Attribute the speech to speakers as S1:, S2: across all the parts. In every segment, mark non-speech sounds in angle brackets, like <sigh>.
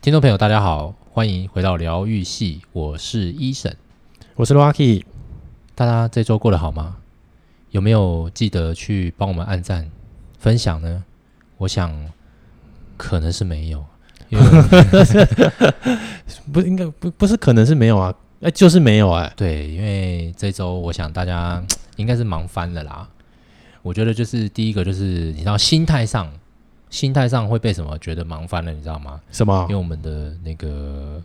S1: 听众朋友，大家好，欢迎回到疗愈系，我是医生。
S2: 我是 Lucky，
S1: 大家这周过得好吗？有没有记得去帮我们按赞、分享呢？我想可能是没有，因为
S2: <laughs> 不应该不不是可能是没有啊，哎、就是没有哎、
S1: 对，因为这周我想大家应该是忙翻了啦。我觉得就是第一个就是你知道心态上，心态上会被什么觉得忙翻了，你知道吗？
S2: 什么
S1: 因为我们的那个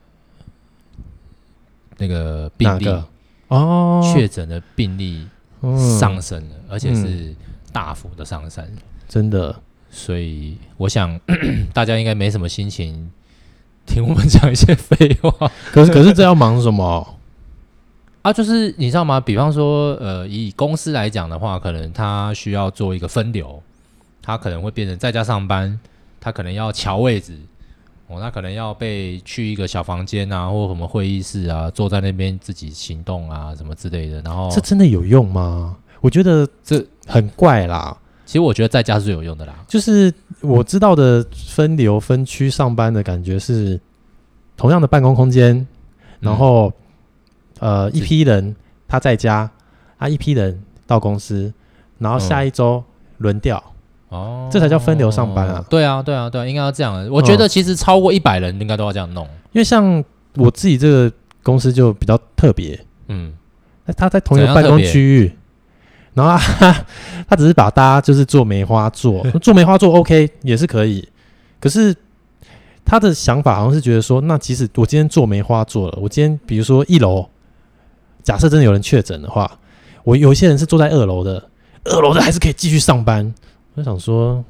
S1: 那个病
S2: 哪
S1: 例
S2: 个哦，
S1: 确诊的病例
S2: 嗯
S1: 上升了，而且是大幅的上升，
S2: 真的
S1: 所以我想 <clears throat> 大家应该没什么心情听我们讲一些废话 <laughs>
S2: 可 <laughs> 是可是这要忙什么？
S1: 啊。就是你知道吗？比方说，呃，以公司来讲的话，可能他需要做一个分流，他可能会变成在家上班，他可能要调位置。哦，他可能要被去一个小房间啊，或什么会议室啊，坐在那边自己行动啊，什么之类的。然后
S2: 这真的有用吗？我觉得
S1: 这
S2: 很怪啦。
S1: 其实我觉得在家是有用的啦。
S2: 就是我知道的分流分区上班的感觉是同样的办公空间，
S1: 嗯
S2: 然后、呃一批人他在家，啊一批人到公司，然后下一周轮调。
S1: 哦，
S2: 这才叫分流上班啊
S1: 对啊，对啊，对啊，应该要这样的。我觉得其实超过一百人应该都要这样弄。
S2: 因为像我自己这个公司就比较特别，
S1: 嗯，
S2: 那他在同一
S1: 怎
S2: 个
S1: 样
S2: 办
S1: 特
S2: 公
S1: 别
S2: 区域，然后他他只是把大家就是做梅花
S1: <laughs>
S2: 座，做梅花座 OK 也是可以，可是他的想法好像是觉得说，那即使我今天做梅花座了，我今天比如说一楼，假设真的有人确诊的话，我有一些人是坐在二楼的，二楼的还是可以继续上班。我就想说，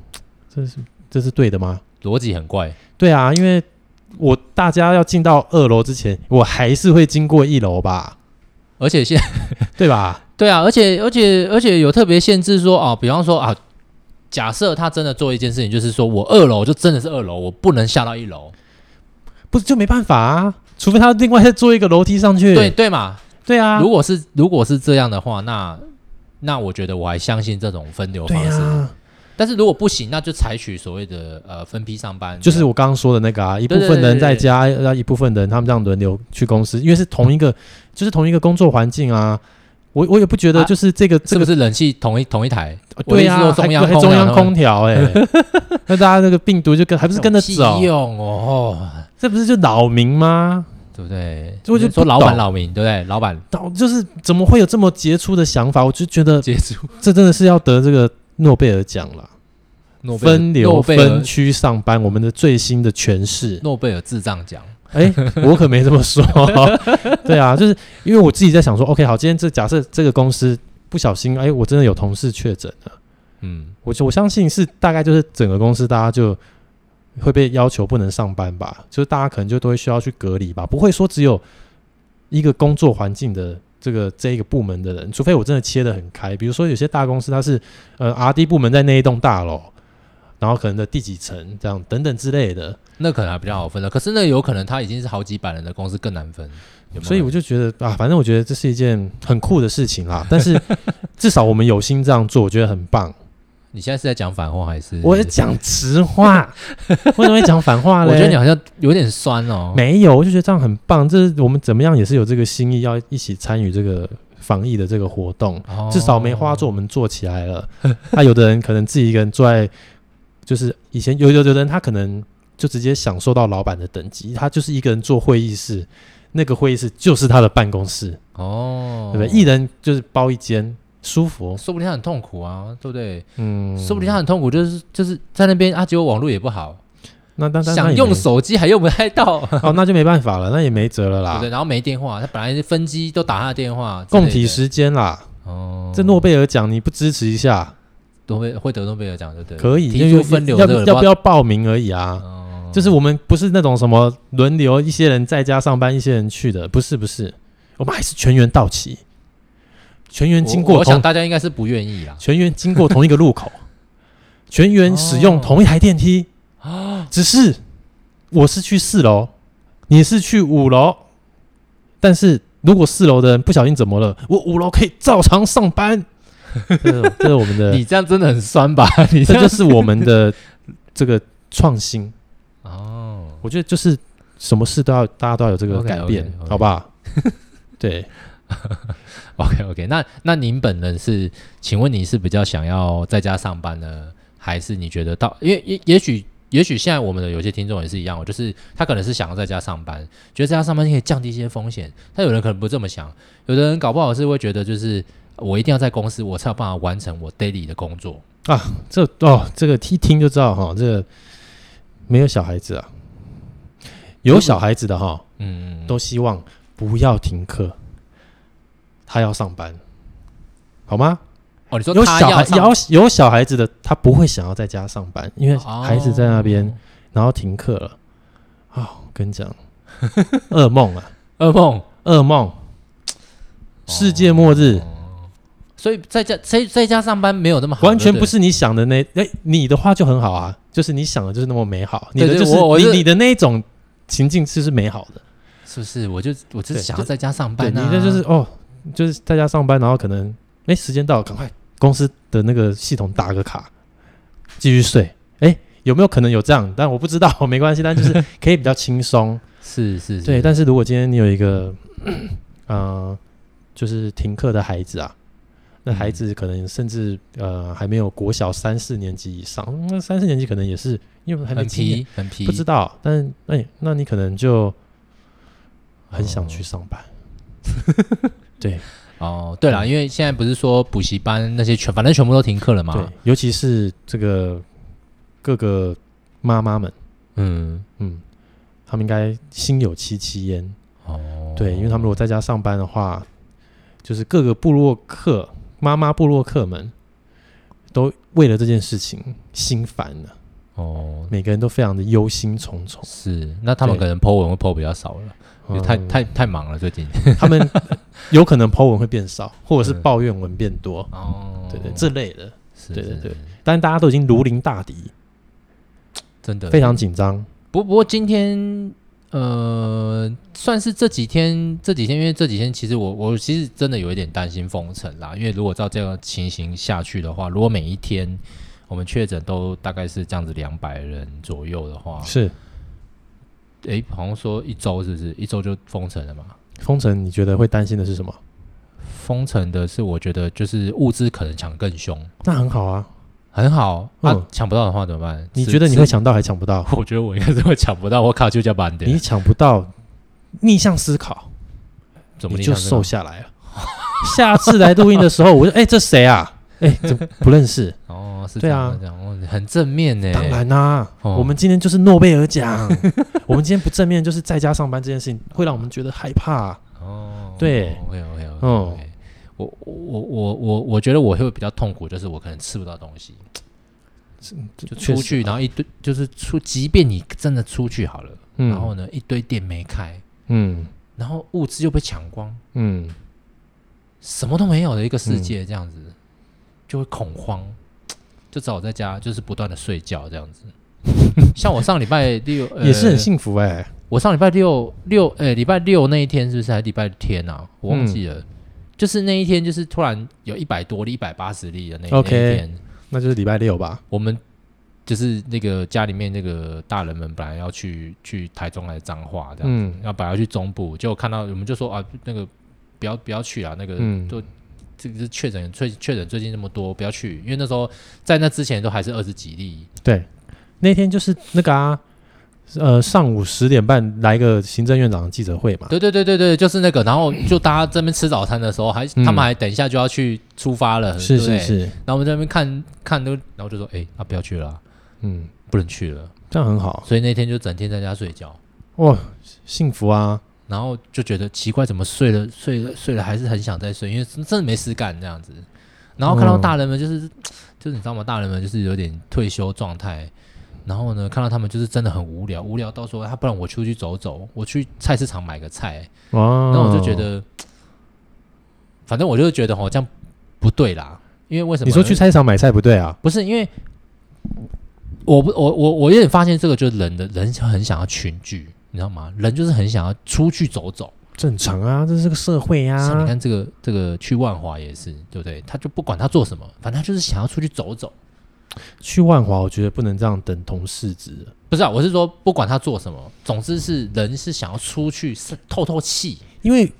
S2: 这是这是对的吗？
S1: 逻辑很怪。
S2: 对啊，因为我大家要进到二楼之前，我还是会经过一楼吧，
S1: 而且现 <laughs>
S2: 对吧？
S1: 对啊，而且而且而且有特别限制说啊，比方说啊，假设他真的做一件事情，就是说我二楼就真的是二楼，我不能下到一楼。
S2: 不是就没办法啊，除非他另外再做一个楼梯上去。
S1: 对对嘛，
S2: 对啊，
S1: 如果是如果是这样的话，那那我觉得我还相信这种分流
S2: 对
S1: 方式。
S2: 啊，
S1: 但是如果不行，那就采取所谓的呃分批上班，
S2: 就是我刚刚说的那个啊，一部分人在家，那一部分人他们这样轮流去公司，因为是同一个，就是同一个工作环境啊。我我也不觉得
S1: 啊
S2: 就是这个、
S1: 是
S2: 这
S1: 不
S2: 个
S1: 是冷气同一同一台？我的
S2: 对
S1: 意思说
S2: 啊，
S1: 中
S2: 还
S1: 央
S2: 还
S1: 空
S2: 中央
S1: 调
S2: 空调哎、
S1: <laughs>
S2: 那大家那个病毒就跟还不是跟着走
S1: 屁，用哦，
S2: 这不是就扰民吗？
S1: 对不对？
S2: 所以我就
S1: 你说
S2: 不
S1: 老板
S2: 懂
S1: 扰民，对不对？老板
S2: <laughs> 导就是怎么会有这么杰出的想法？我就觉得
S1: 接触
S2: 这真的是要得这个诺贝尔奖了。
S1: 诺贝尔
S2: 分流
S1: 诺贝尔
S2: 分区上班，我们的最新的诠释。
S1: 诺贝尔智障奖，
S2: 哎、 <laughs> 我可没这么说。对啊，就是因为我自己在想说，OK，好，今天这假设这个公司不小心，哎、我真的有同事确诊了，
S1: 嗯，
S2: 我就我相信是大概就是整个公司大家就会被要求不能上班吧，就是大家可能就都会需要去隔离吧，不会说只有一个工作环境的。这个这一个部门的人，除非我真的切得很开，比如说有些大公司它是呃 R D 部门在那一栋大楼，然后可能的第几层这样等等之类的，
S1: 那可能还比较好分了。可是那有可能他已经是好几百人的公司更难分，有没有
S2: 所以我就觉得啊，反正我觉得这是一件很酷的事
S1: <laughs>
S2: 情啦。但是至少我们有心这样做，我觉得很棒。
S1: 你现在是在讲反话还是？
S2: 我在讲
S1: <laughs>
S2: 实话，为什么会讲反话
S1: 我
S2: 嘞？
S1: 觉得你好像有点酸哦。
S2: 没有，我就觉得这样很棒。这是我们怎么样也是有这个心意，要一起参与这个防疫的这个活动。
S1: 哦
S2: <laughs> 至少梅花座我们做起来了。那、有的人可能自己一个人坐在，就是以前有有有的人他可能就直接享受到老板的等级，他就是一个人做会议室，那个会议室就是他的办公室。
S1: 哦，
S2: 对不对？一人就是包一间，舒服。哦
S1: 说不定他很痛苦啊，对不对？
S2: 嗯，
S1: 说不定他很痛苦，就是就是在那边啊，结果网络也不好，
S2: 那当当
S1: 想用手机还用不太到，对
S2: 哦，那就没办法了，那也没辙了
S1: 不
S2: 啦
S1: <laughs> 对？。然后没电话，他本来是分机都打他的电话之类的，
S2: 共体时间啦，
S1: 哦，
S2: 这诺贝尔奖你不支持一下
S1: 都会会得诺贝尔奖，对不对？
S2: 可以？
S1: 提
S2: 因
S1: 出
S2: 为
S1: 分流
S2: 要
S1: 这个
S2: 要不
S1: 要？
S2: 要报名而已啊？
S1: 哦
S2: 就是我们不是那种什么轮流，一些人在家上班，一些人去的，不是不是，我们还是全员到齐，全员经
S1: 我，
S2: 过
S1: 我想
S2: 同
S1: 大家应该是不愿意啦。
S2: 全员经过同一个路 <laughs> 口，全员使用同一台电梯。只是我是去四楼，你是去五楼，但是如果四楼的人不小心怎么了，我五楼可以照常上班。这是 <laughs> 这是我们的 <laughs>
S1: 你，这样真的很酸吧？ <laughs> 你这
S2: 这
S1: 样
S2: <laughs> 就是我们的这个创新。
S1: 哦，
S2: 我觉得就是什么事都要大家都要有这个改变
S1: OK，OK，OK
S2: 好不好？ <laughs> 对，
S1: OK OK，那那您本人是，请问你是比较想要在家上班呢，还是你觉得到，因为也也许也许现在我们的有些听众也是一样哦，就是他可能是想要在家上班，觉得在家上班可以降低一些风险，但有人可能不这么想，有的人搞不好是会觉得就是我一定要在公司，我才有办法完成我 daily 的工作。
S2: 这哦，这个一听就知道哈，这个没有小孩子啊，有小孩子的哈，
S1: 嗯，
S2: 都希望不要停课，他要上班，好吗？
S1: 哦，你说
S2: 有
S1: 他
S2: 小孩
S1: 要上
S2: 有有小孩子的，他不会想要在家上班，因为
S1: 哦
S2: 孩子在那边，然后停课了。啊、我跟你讲， <laughs> 噩梦啊，
S1: 哦噩梦，
S2: 噩梦，世界末日，
S1: 所以在家在在家上班没有那么好，
S2: <laughs> 完全
S1: 对
S2: 不
S1: 对
S2: 是你想的那哎、你的话就很好啊，就是你想的就是那么美好，你的
S1: 对
S2: 就是
S1: 我我是
S2: 你你的那一种情境是是美好的，
S1: 是不是？我就我就是
S2: 对
S1: 想要
S2: 就
S1: 在家上班
S2: 对，
S1: 啊，
S2: 你这就是哦，就是在家上班，然后可能哎、时间到了，赶
S1: 嗯
S2: 快公司的那个系统打个卡，继续睡，哎、有没有可能有这样？但我不知道，没关系，但就是 <laughs> 可以比较轻松，
S1: 是是是，
S2: 对，但是如果今天你有一个， <clears throat> 呃，就是停课的孩子啊，那孩子可能甚至呃还没有国小三四年级以上，那三四年级可能也是因为还没
S1: 很
S2: 经验，
S1: 皮很皮，
S2: 不知道，但那、你那你可能就很想去上班，对
S1: 哦。对了，因为现在不是说补习班那些全反正全部都停课了
S2: 对
S1: 嘛，，
S2: 尤其是这个各个妈妈们，
S1: 嗯，
S2: 嗯，他们应该心有戚戚焉，
S1: 哦，
S2: 对，因为他们如果在家上班的话，就是各个部落客妈妈部落客们都为了这件事情心烦了，
S1: 哦
S2: 每个人都非常的忧心忡忡，
S1: 是，那他们
S2: 对
S1: 可能 Po 文会 Po 比较少了，因为太
S2: 嗯
S1: 太太忙了最近。<laughs>
S2: 他们有可能 Po 文会变少，或者是
S1: 嗯
S2: 抱怨文变多，
S1: 哦，
S2: 对对，这类的，
S1: 是
S2: 对对
S1: 是
S2: 对
S1: 是
S2: 但大家都已经如临大敌，
S1: 真的
S2: 非常紧张，
S1: 不不过今天呃，算是这几天这几天，因为这几天其实我我其实真的有一点担心封城啦，因为如果照这个情形下去的话，如果每一天我们确诊都大概是这样子两百人左右的话，
S2: 是
S1: 诶，好像说一周是不是一周就封城了嘛？
S2: 封城，你觉得会担心的是什么？
S1: 封城的是我觉得就是物资可能抢更凶，
S2: 那很好啊，
S1: 很好，啊
S2: 嗯，
S1: 抢不到的话怎么办？
S2: 你
S1: 吃
S2: 觉得你会？
S1: 吃
S2: 抢到还抢不到？
S1: <laughs> 我觉得我应该是会抢不到，我卡就加班的，
S2: 你抢不到，逆向思考。
S1: 怎么
S2: 你
S1: 立
S2: 就
S1: 场这个
S2: 瘦下来了。 <laughs> 下次来录音的时候，我就哎、这谁啊？哎、这不认识。
S1: 哦，是
S2: 对啊
S1: 这样，哦很正面呢。
S2: 当然啦、
S1: 哦
S2: 我们今天就是诺贝尔奖。我们今天不正面，就是在家上班这件事情会让我们觉得害怕、
S1: 哦，
S2: 对
S1: ，OK OK OK，,
S2: 嗯
S1: 我我我我我觉得我会比较痛苦，就是我可能吃不到东西，就
S2: 确
S1: 出
S2: 实啊
S1: 去，然后一堆就是出，即便你真的出去好了，
S2: 嗯
S1: 然后呢一堆店没开，
S2: 嗯
S1: 然后物资又被抢光，
S2: 嗯，
S1: 什么都没有的一个世界，这样子、就会恐慌，就只好在家就是不断的睡觉这样
S2: <laughs>
S1: 子。像我上礼拜六、呃、
S2: 也是很幸福哎、
S1: 我上礼拜六六，诶、礼拜六那一天是不是还是礼拜天啊？我忘记了，
S2: 嗯
S1: 就是那一天，就是突然有一百多例、一百八十例的那
S2: OK
S1: 那一天，
S2: 那就是礼拜六吧。
S1: 我们就是那个家里面那个大人们本来要去去台中还是彰化这样，
S2: 嗯
S1: 要、本来要去中部，结果看到我们就说啊，那个不要不要去啊，那个、
S2: 嗯
S1: 就这个是确诊确确诊最近那么多，不要去，因为那时候在那之前都还是二十几例，
S2: 对，那天就是那个啊，呃，上午十点半来个行政院长的记者会嘛。
S1: 对对对对对，就是那个，然后就大家这边吃早餐的时候，还、
S2: 嗯
S1: 他们还等一下就要去出发了，
S2: 是
S1: 对不对
S2: 是，是，
S1: 然后我们在那边看看都，然后就说，哎、啊不要去了啊、
S2: 嗯，
S1: 不能去了，
S2: 这样很好
S1: 所以那天就整天在家睡觉，
S2: 哇，幸福啊。
S1: 然后就觉得奇怪，怎么睡了睡了睡了还是很想再睡，因为真的没事干这样子，然后看到
S2: 嗯
S1: 大人们就是、就是你知道吗？大人们就是有点退休状态。然后呢，看到他们就是真的很无聊，无聊到说，他、啊不然我出去走走，我去菜市场买个菜，
S2: 哦，
S1: 那我就觉得，反正我就觉得吼这样不对啦，因为为什么呢？
S2: 你说去菜市场买菜不对啊？
S1: 不是因为我不我我我有点发现这个就是人的人就很想要群聚，你知道吗？人就是很想要出去走走。
S2: 正常啊，这是个社会
S1: 像你
S2: 啊。
S1: 看这个这个去万华也是，对不对？他就不管他做什么，反正他就是想要出去走走。
S2: 去万华，我觉得不能这样等同市值。
S1: 不是啊，我是说不管他做什么，总之是人是想要出去是透透气。
S2: 因为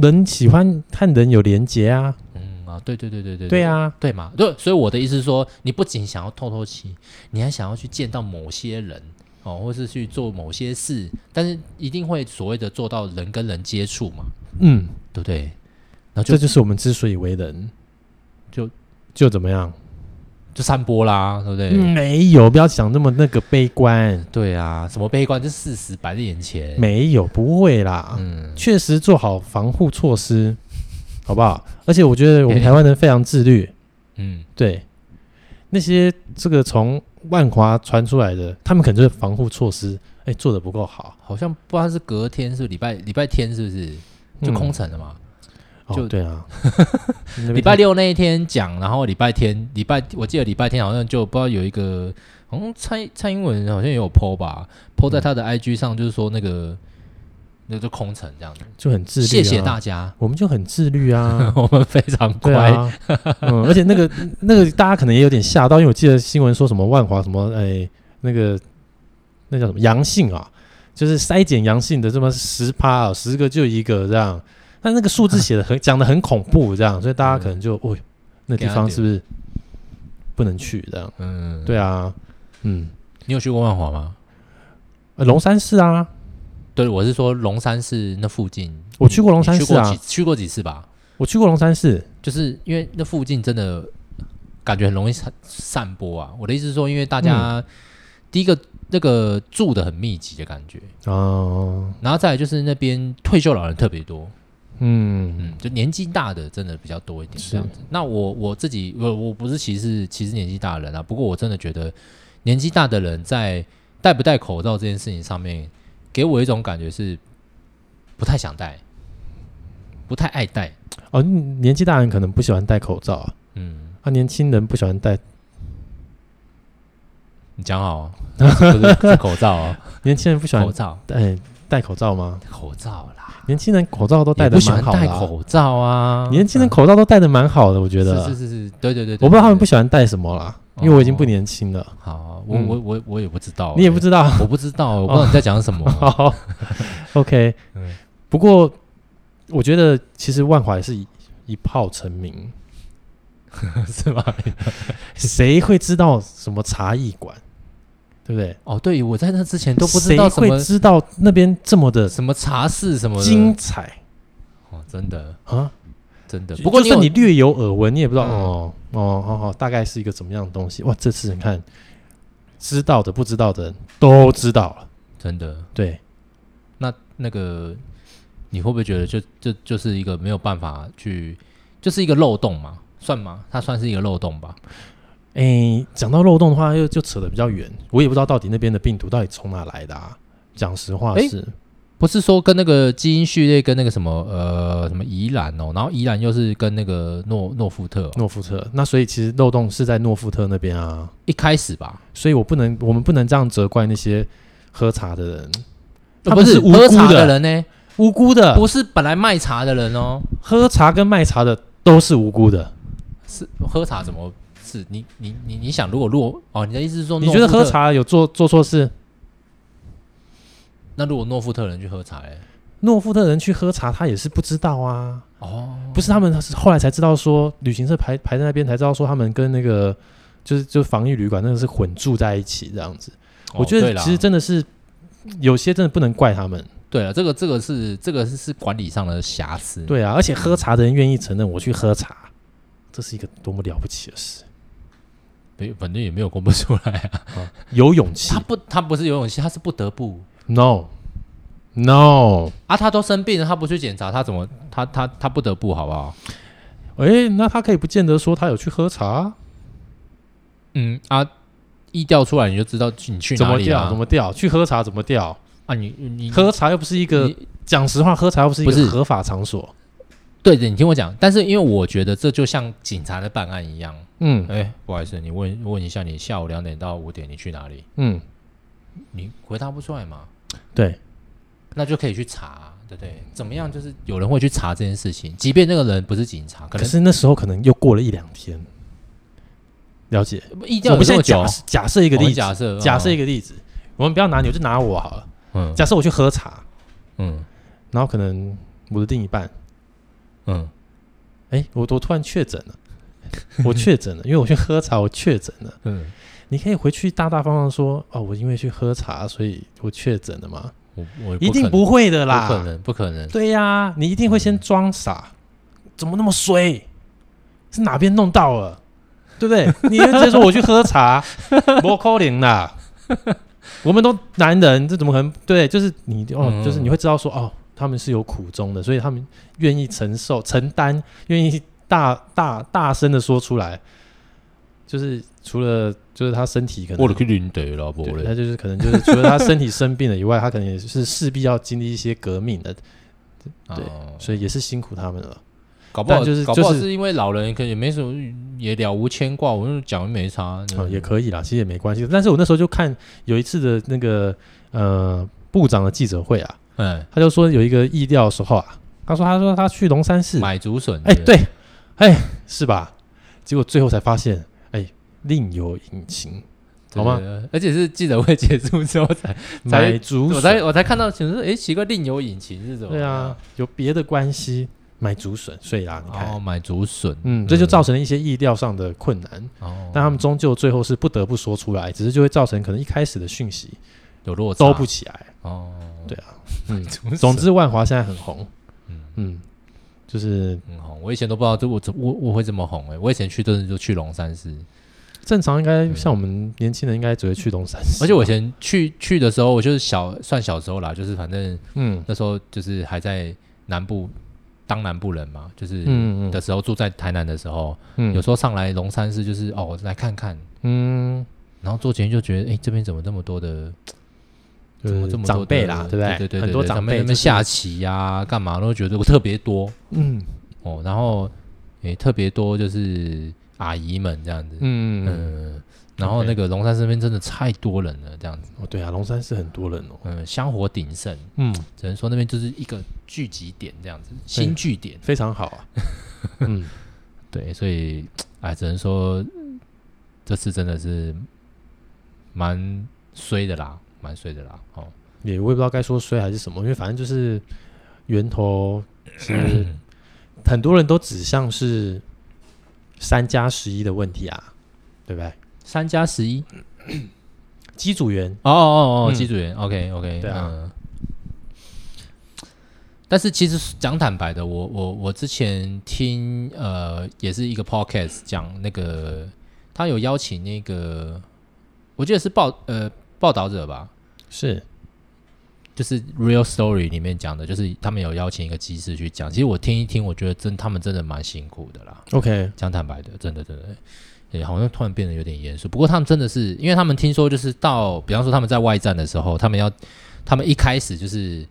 S2: 人喜欢和人有连结啊，
S1: 嗯啊，对对对对对
S2: 对，啊，
S1: 对嘛，对，所以我的意思是说，你不仅想要透透气，你还想要去见到某些人哦，或是去做某些事，但是一定会所谓的做到人跟人接触嘛，
S2: 嗯，
S1: 对不对？然后
S2: 这
S1: 就
S2: 就是我们之所以为人，
S1: 就
S2: 就怎么样？
S1: 就散播啦，对不对？
S2: 嗯没有，不要想那么那个悲观，
S1: 对啊，什么悲观，这事实摆在眼前。
S2: 没有，不会啦，
S1: 嗯，
S2: 确实做好防护措施，好不好？而且我觉得我们台湾人非常自律，
S1: 嗯，
S2: 对那些这个从万华传出来的，他们可能就是防护措施，哎，做的不够好，
S1: 好像不知道是隔天是不是礼拜礼拜天是不是就空城了嘛？
S2: 嗯、
S1: 就
S2: 哦、对 <laughs> 啊，
S1: 礼拜六那一天讲，然后礼拜天礼拜我记得礼拜天好像就不知道有一个，好像蔡蔡英文好像也有 PO 吧，PO
S2: 嗯
S1: 在他的 IG 上就是说那个那就空城这样子，
S2: 就很自律、啊，
S1: 谢谢大，家，。
S2: 我们就很自律啊
S1: <laughs> 我们非常
S2: 对
S1: 乖，
S2: 啊，嗯，而且那个那个大家可能也有点吓到，因为我记得新闻说什么万华什么哎那个那叫什么阳性啊，就是筛检阳性的这么十趴啊，十个就一个这样，但那个数字写的很 <laughs> 讲的很恐怖这样，所以大家可能就
S1: 嗯
S2: 哦、那地方是不是不能去这样？
S1: 嗯，
S2: 对啊，嗯，
S1: 你有去过万华吗？
S2: 呃龙山寺啊，
S1: 对，我是说龙山寺那附近，
S2: 我去过龙山
S1: 你去
S2: 寺
S1: 过
S2: 啊
S1: 几，去过几次吧？
S2: 我去过龙山寺，
S1: 就是因为那附近真的感觉很容易散散播啊。我的意思是说，因为大家、
S2: 嗯
S1: 第一个那个住的很密集的感觉，
S2: 哦，
S1: 然后再来就是那边退休老人特别多，
S2: 嗯，
S1: 嗯，就年纪大的真的比较多一点
S2: 是
S1: 这样子。那我我自己我我不是歧视歧视年纪大的人啊，不过我真的觉得年纪大的人在戴不戴口罩这件事情上面，给我一种感觉是不太想戴，不太爱戴，
S2: 哦，年纪大人可能不喜欢戴口罩啊，
S1: 嗯。
S2: 啊，年轻人不喜欢戴
S1: 你讲好、
S2: <laughs>
S1: 哦，不是不是口罩哦，
S2: 年轻人不喜欢
S1: 口罩，
S2: 戴戴口罩吗？
S1: 口罩啦，
S2: 年轻人口罩都戴
S1: 也
S2: 的
S1: 不喜
S2: 蛮
S1: 欢
S2: 好的
S1: 戴
S2: 啊、
S1: 口罩啊。
S2: 年轻人口罩都戴的蛮好的，我觉
S1: 觉
S2: 得。啊
S1: 是是是是，哦对对对对
S2: 我不知道他们不喜欢戴什么啦，
S1: 哦
S2: 因为我已经不年轻了，
S1: 好，我
S2: 嗯
S1: 我我我也不知道，
S2: 你也不知道。 <laughs>
S1: 我不知道，我不知道你在讲什么。
S2: 好，OK
S1: 嗯。
S2: 不过我觉得其实万华也是一一炮成名，
S1: 是吗？
S2: 谁会知道什么茶艺馆，对不对？
S1: 哦，对，我在那之前都不知道什
S2: 谁会
S1: 么
S2: 知道那边这么的
S1: 什么茶室什么的
S2: 精彩
S1: 哦，真的
S2: 啊？
S1: 真的。
S2: 就
S1: 不过
S2: 就
S1: 有
S2: 算你略有耳闻，你也不知道、
S1: 嗯
S2: 哦哦，好好，大概是一个怎么样的东西。哇，这次你看，知道的、不知道的人都知道了。
S1: 真的
S2: 对，
S1: 那那个，你会不会觉得就就就是一个没有办法去，就是一个漏洞嘛？算吗？它算是一个漏洞吧？
S2: 诶，讲到漏洞的话，又就扯得比较远，我也不知道到底那边的病毒到底从哪来的啊。讲实话
S1: 诶
S2: 是，
S1: 不是说跟那个基因序列跟那个什么呃什么宜兰哦，然后宜兰又是跟那个诺诺富特、哦、
S2: 诺富特，那所以其实漏洞是在诺富特那边啊，
S1: 一开始吧，
S2: 所以我不能，我们不能这样责怪那些喝茶的人，他
S1: 呃
S2: 们
S1: 不
S2: 是无
S1: 喝茶
S2: 辜的呃
S1: 人呢，
S2: 无辜的，
S1: 不是本来卖茶的人哦，
S2: 喝茶跟卖茶的都是无辜的。
S1: 是喝茶怎么是你你你你想如果诺哦你的意思是说
S2: 你觉得
S1: 诺富特
S2: 喝茶有做做错事？
S1: 那如果诺富特人去喝茶嘞欸
S2: 诺富特人去喝茶，他也是不知道啊，
S1: 哦
S2: 不是他们是后来才知道说，旅行社排排在那边才知道说他们跟那个就是就防疫旅馆那个是混住在一起这样子。我觉
S1: 哦对
S2: 得
S1: 啦
S2: 其实真的是有些真的不能怪他们，
S1: 对啊了，这个这个是这个是是管理上的瑕疵，
S2: 对啊，而且喝茶的人愿意承认我去喝茶，这是一个多么了不起的事，
S1: 对，反正也没有公布出来啊，
S2: 有勇
S1: <laughs>
S2: 气
S1: 他不他不是有勇气，他是不得不。
S2: ，no no，
S1: 啊，他都生病了，他不去检查，他怎么他他他不得不好不好？
S2: 诶，那他可以不见得说他有去喝茶啊，
S1: 嗯啊，一调出来你就知道你去
S2: 怎
S1: 哪
S2: 么
S1: 里了、
S2: 掉怎
S1: 啊。
S2: 么掉，去喝茶怎么掉，
S1: 你你
S2: 喝茶又不是一个
S1: 你
S2: 讲实话，喝茶又不是一
S1: 不是
S2: 个合法场所，
S1: 对的，你听我讲。但是因为我觉得这就像警察的办案一样。
S2: 嗯
S1: 哎、不好意思，你问问一下，你下午两点到五点你去哪里？
S2: 嗯，
S1: 你回答不出来嘛？
S2: 对，
S1: 那就可以去查啊、对不对？怎么样？就是有人会去查这件事情，即便那个人不是警察，可
S2: 可
S1: 能
S2: 是那时候可能又过了一两天，了解，
S1: 一
S2: 我
S1: 调有
S2: 们
S1: 这
S2: 现
S1: 么
S2: 在
S1: 久
S2: 假，设假设一个
S1: 我们
S2: 例子，
S1: 假设
S2: 啊假设一啊
S1: 个
S2: 个例子，我们不要拿你，我就拿我好了。
S1: 嗯
S2: 假设我去喝茶，
S1: 嗯
S2: 然后可能我的另一半，
S1: 嗯，
S2: 哎，我我突然确诊了，我确诊了，因为我去喝茶，我确诊了。
S1: 嗯，
S2: 你可以回去大大方方说，哦，我因为去喝茶，所以我确诊了嘛，
S1: 我我
S2: 一定
S1: 可能
S2: 不会的啦，
S1: 不可能，不可能，
S2: 对呀、你一定会先装傻，怎么那么衰？是哪边弄到了？对不对？
S1: <laughs>
S2: 你直接说我去喝茶，不扣零啦。我们都男人，这怎么可能？对，就是你哦，
S1: 嗯
S2: 就是你会知道说哦，他们是有苦衷的，所以他们愿意承受、承担，愿意大大大声的说出来。就是除了就是他身体可能
S1: 我的去领队了，不
S2: 对，
S1: 嘞
S2: 他，就是可能就是除了他身体生病了以外，他可能也是势必要经历一些革命的，对
S1: 哦
S2: 所以也是辛苦他们了。
S1: 搞不好
S2: 但就是
S1: 搞不好
S2: 就是
S1: 是因为老人可能也没什么，也了无牵挂，我就讲没差，嗯
S2: 哦，也可以啦，其实也没关系。但是我那时候就看有一次的那个呃部长的记者会啊，
S1: 嗯，
S2: 他就说有一个意料的时候啊，他说他说他去龙山寺，
S1: 买竹笋，
S2: 哎、，对，哎、是吧？结果最后才发现，哎、另有隐情，好吗？
S1: 对？而且是记者会结束之后才，
S2: 买竹
S1: 我才
S2: 笋，
S1: 我才看到，其实哎，奇怪，另有隐情是怎么？
S2: 对啊，，有别的关系，买竹笋，所以啦，你看，
S1: 哦，买竹笋，
S2: 嗯，这就造成了一些意料上的困难，
S1: 哦，
S2: 但他们终究最后是不得不说出来，只是就会造成可能一开始的讯息
S1: 有落差
S2: 收不起来。
S1: 哦，
S2: 对啊， <laughs> 嗯，
S1: 竹
S2: 总
S1: 笋
S2: 之，万华现在很红，
S1: 嗯
S2: 嗯，就是
S1: 很红，嗯哦我以前都不知道这我怎我我会这么红哎、我以前去真的就去龙山寺，
S2: 正常应该像我们年轻人应该只会去龙山寺，
S1: 嗯而且我以前去去的时候，我就是小算小时候啦，就是反正
S2: 嗯
S1: 那时候就是还在南部当南部人嘛，就是
S2: 嗯嗯
S1: 的时候住在台南的时候，
S2: 嗯
S1: 有时候上来龙山寺就是哦来看看，
S2: 嗯，
S1: 然后坐前就觉得哎、这边怎么这么多的
S2: 就
S1: 怎么
S2: 是
S1: 这么多
S2: 长辈
S1: 的
S2: 啦，
S1: 对
S2: 不
S1: 对？对对，
S2: 很多
S1: 对
S2: 长
S1: 他们在
S2: 辈
S1: 那
S2: 就
S1: 边
S2: 是
S1: 下棋呀、干嘛都觉得我特别多
S2: 嗯
S1: 哦，然后也、特别多就是阿姨们这样子，
S2: 嗯嗯，
S1: 嗯，然后那个龙山身边真的太多人了，这样子，
S2: 哦对啊，龙山寺很多人哦，
S1: 嗯，香火鼎盛，
S2: 嗯，
S1: 只能说那边就是一个聚集点这样子，新据点，
S2: 非常好
S1: <laughs>
S2: 啊，嗯，
S1: 对，所以哎，只能说这次真的是蛮衰的啦，蛮衰的啦，哦，
S2: 也我也不知道该说衰还是什么，因为反正就是源头其
S1: <laughs>
S2: 实很多人都指向是三加十一的问题啊，对不对？
S1: 三加十一，
S2: 机组员
S1: 哦哦哦，
S2: 嗯
S1: 机组员，OK OK，
S2: 对啊
S1: 嗯但是其实讲坦白的，我我我之前听呃也是一个 podcast 讲那个，他有邀请那个，我记得是报呃报道者吧，
S2: 是
S1: 就是 Real Story 里面讲的，就是他们有邀请一个机师去讲。其实我听一听，我觉得真他们真的蛮辛苦的啦。
S2: OK，
S1: 讲坦白的，真的真的，也好像突然变得有点严肃。不过他们真的是，因为他们听说就是到，比方说他们在外战的时候，他们要，他们一开始就是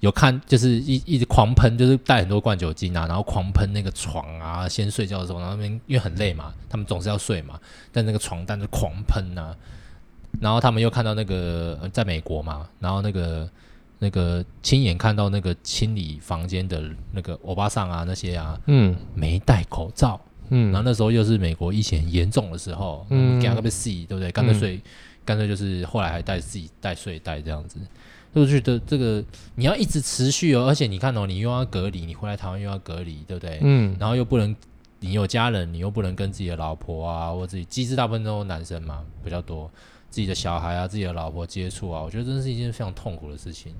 S1: 有看，就是一一直狂喷，就是带很多灌酒精啊，然后狂喷那个床啊，先睡觉的时候，然后那边因为很累嘛，他们总是要睡嘛，但那个床单就狂喷啊。然后他们又看到那个呃在美国嘛，然后那个那个亲眼看到那个清理房间的那个欧巴桑啊那些啊，
S2: 嗯
S1: 没戴口罩，然后
S2: 嗯
S1: 那时候又是美国疫情很严重的时候，
S2: 嗯
S1: 嗯，给他被洗，对不对？干脆睡，干脆就是后来还带自己带睡袋这样子。就觉得这个你要一直持续哦，而且你看哦，你又要隔离，你回来台湾又要隔离，对不对？
S2: 嗯
S1: 然后又不能，你有家人，你又不能跟自己的老婆啊，或自己，机制大部分都是男生嘛比较多，自己的小孩啊，自己的老婆接触啊，我觉得真是一件非常痛苦的事情。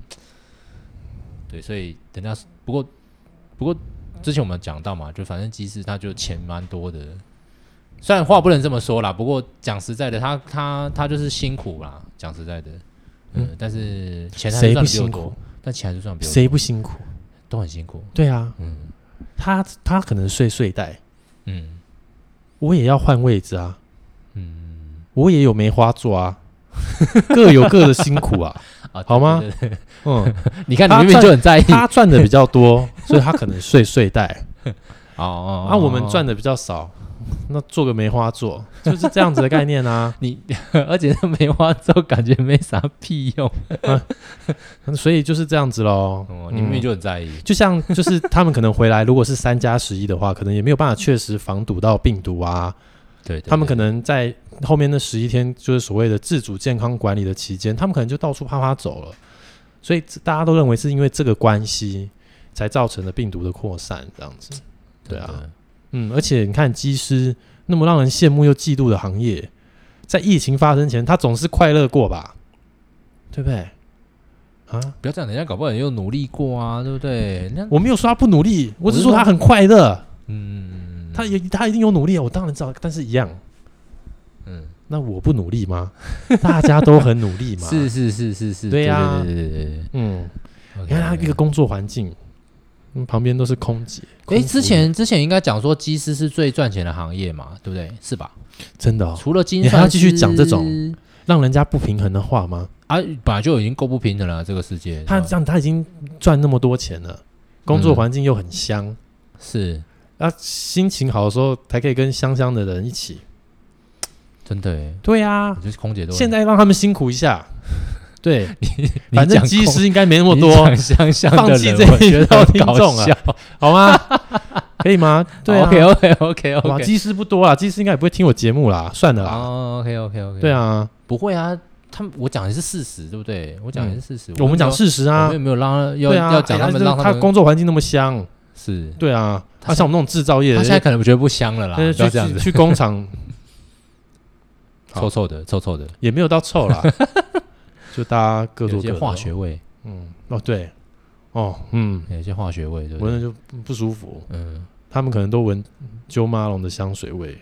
S1: 对，所以人家不过不过之前我们讲到嘛，就反正机制他就钱蛮多的，虽然话不能这么说啦，不过讲实在的，他他他就是辛苦啦，讲实在的，嗯，但是钱还是
S2: 谁
S1: 赚
S2: 不
S1: 得比我
S2: 辛苦
S1: 多，但钱还是赚得比我多，
S2: 谁不辛苦？
S1: 都很辛苦，
S2: 对啊，
S1: 嗯
S2: 他他可能睡睡袋，
S1: 嗯
S2: 我也要换位置啊，
S1: 嗯，
S2: 我也有梅花座啊，各有各的辛
S1: <laughs>
S2: 苦啊，
S1: 啊，
S2: 好吗
S1: 对对对
S2: 嗯。
S1: <laughs> 你看，你
S2: 他
S1: 明明
S2: 赚
S1: 就很在意。
S2: 他赚的比较多，所以他可能睡睡袋，
S1: 哦哦。
S2: 啊，我们赚，的比较少，那做个梅花座就是这样子的概念啊 <laughs>
S1: 你而且那梅花之后感觉没啥屁用。
S2: 所以就是这样子喽。
S1: 哦
S2: 嗯，
S1: 你明明就很在意。
S2: 就像就是他们可能回来，如果是三加十一的话，可能也没有办法确实防堵到病毒啊，
S1: 对，对
S2: 他们可
S1: 对
S2: 能在后面那十一天，就是所谓的自主健康管理的期间，他们可能就到处啪啪走了，所以这大家都认为是因为这个关系才造成了病毒的扩散，这样子。对啊，
S1: 真的
S2: 嗯，而且你看，机师那么让人羡慕又嫉妒的行业，在疫情发生前，他总是快乐过吧？对不对？啊，
S1: 不要这样，人家搞不好也有努力过啊，对不对？
S2: <laughs>
S1: 人家
S2: 我没有说他不努力，我
S1: 我
S2: 只是
S1: 是
S2: 说
S1: 说
S2: 他很快乐，
S1: 嗯，
S2: 他也他一定有努力啊，我当然知道，但是一样，
S1: 嗯，
S2: 那我不努力吗？ <laughs> 大家都很努力嘛。
S1: 是，是是是是，
S2: 对啊
S1: 对对对对对
S2: 嗯，
S1: 对，
S2: 你看他一个
S1: OK，OK
S2: 工作环境，嗯旁边都是空姐。
S1: 诶，
S2: 空服
S1: 哎之前之前应该讲说机师是最赚钱的行业嘛，对不对？是吧？
S2: 真的、哦、
S1: 除了精
S2: 你
S1: 算师，
S2: 还要继续讲这种让人家不平衡的话吗？
S1: 啊，本来就已经够不平等了，这个世界
S2: 他
S1: 是吧
S2: 这样他已经赚那么多钱了，工作环境又很香，
S1: 嗯是
S2: 啊，心情好的时候才可以跟香香的人一起。
S1: 真的耶，
S2: 对啊
S1: 我，觉得空姐都 <laughs>
S2: 现在让他们辛苦一下。 <laughs> 对，
S1: 你
S2: 反正
S1: 讲
S2: 技
S1: 空
S2: 师应该没那么
S1: 你
S2: 多，
S1: 讲香香
S2: 放
S1: 的
S2: 弃
S1: 人，
S2: 这
S1: 我
S2: 一
S1: 觉得
S2: 套
S1: 很
S2: 听
S1: 搞
S2: 众啊
S1: 笑。
S2: 好吗？ <laughs> 可以吗？对啊
S1: OK OK OK
S2: 哇，
S1: OK，
S2: 技师不多啦，技师应该也不会听我节目啦，算了啦。
S1: 哦 OK OK OK，
S2: 对，啊，
S1: 不会啊，他们我讲的是事实，对不对？我讲的是事实，
S2: 我们讲
S1: 没有
S2: 事实
S1: 我
S2: 啊
S1: 们也，没有让要
S2: 对啊，
S1: 要讲
S2: 哎
S1: 他们让
S2: 他
S1: 们
S2: 工作环境那么香，
S1: 是，
S2: 对啊，
S1: 他
S2: 他像我们那种制造业的，
S1: 他现在可能觉得不香了啦，
S2: 呃
S1: 不
S2: 去
S1: 要这样
S2: 去
S1: 子，
S2: 去 <laughs> 工厂好
S1: 臭臭的，臭臭的，
S2: 也没有到臭
S1: <laughs>
S2: 啦，就大家各
S1: 有
S2: 做各
S1: 些
S2: 的
S1: 化，学味，
S2: 嗯，哦对，哦嗯，
S1: 有些化学味，对不
S2: 闻
S1: 对？
S2: 了就不不舒服， <laughs>
S1: 嗯，
S2: 他们可能都闻九马龙的香水味，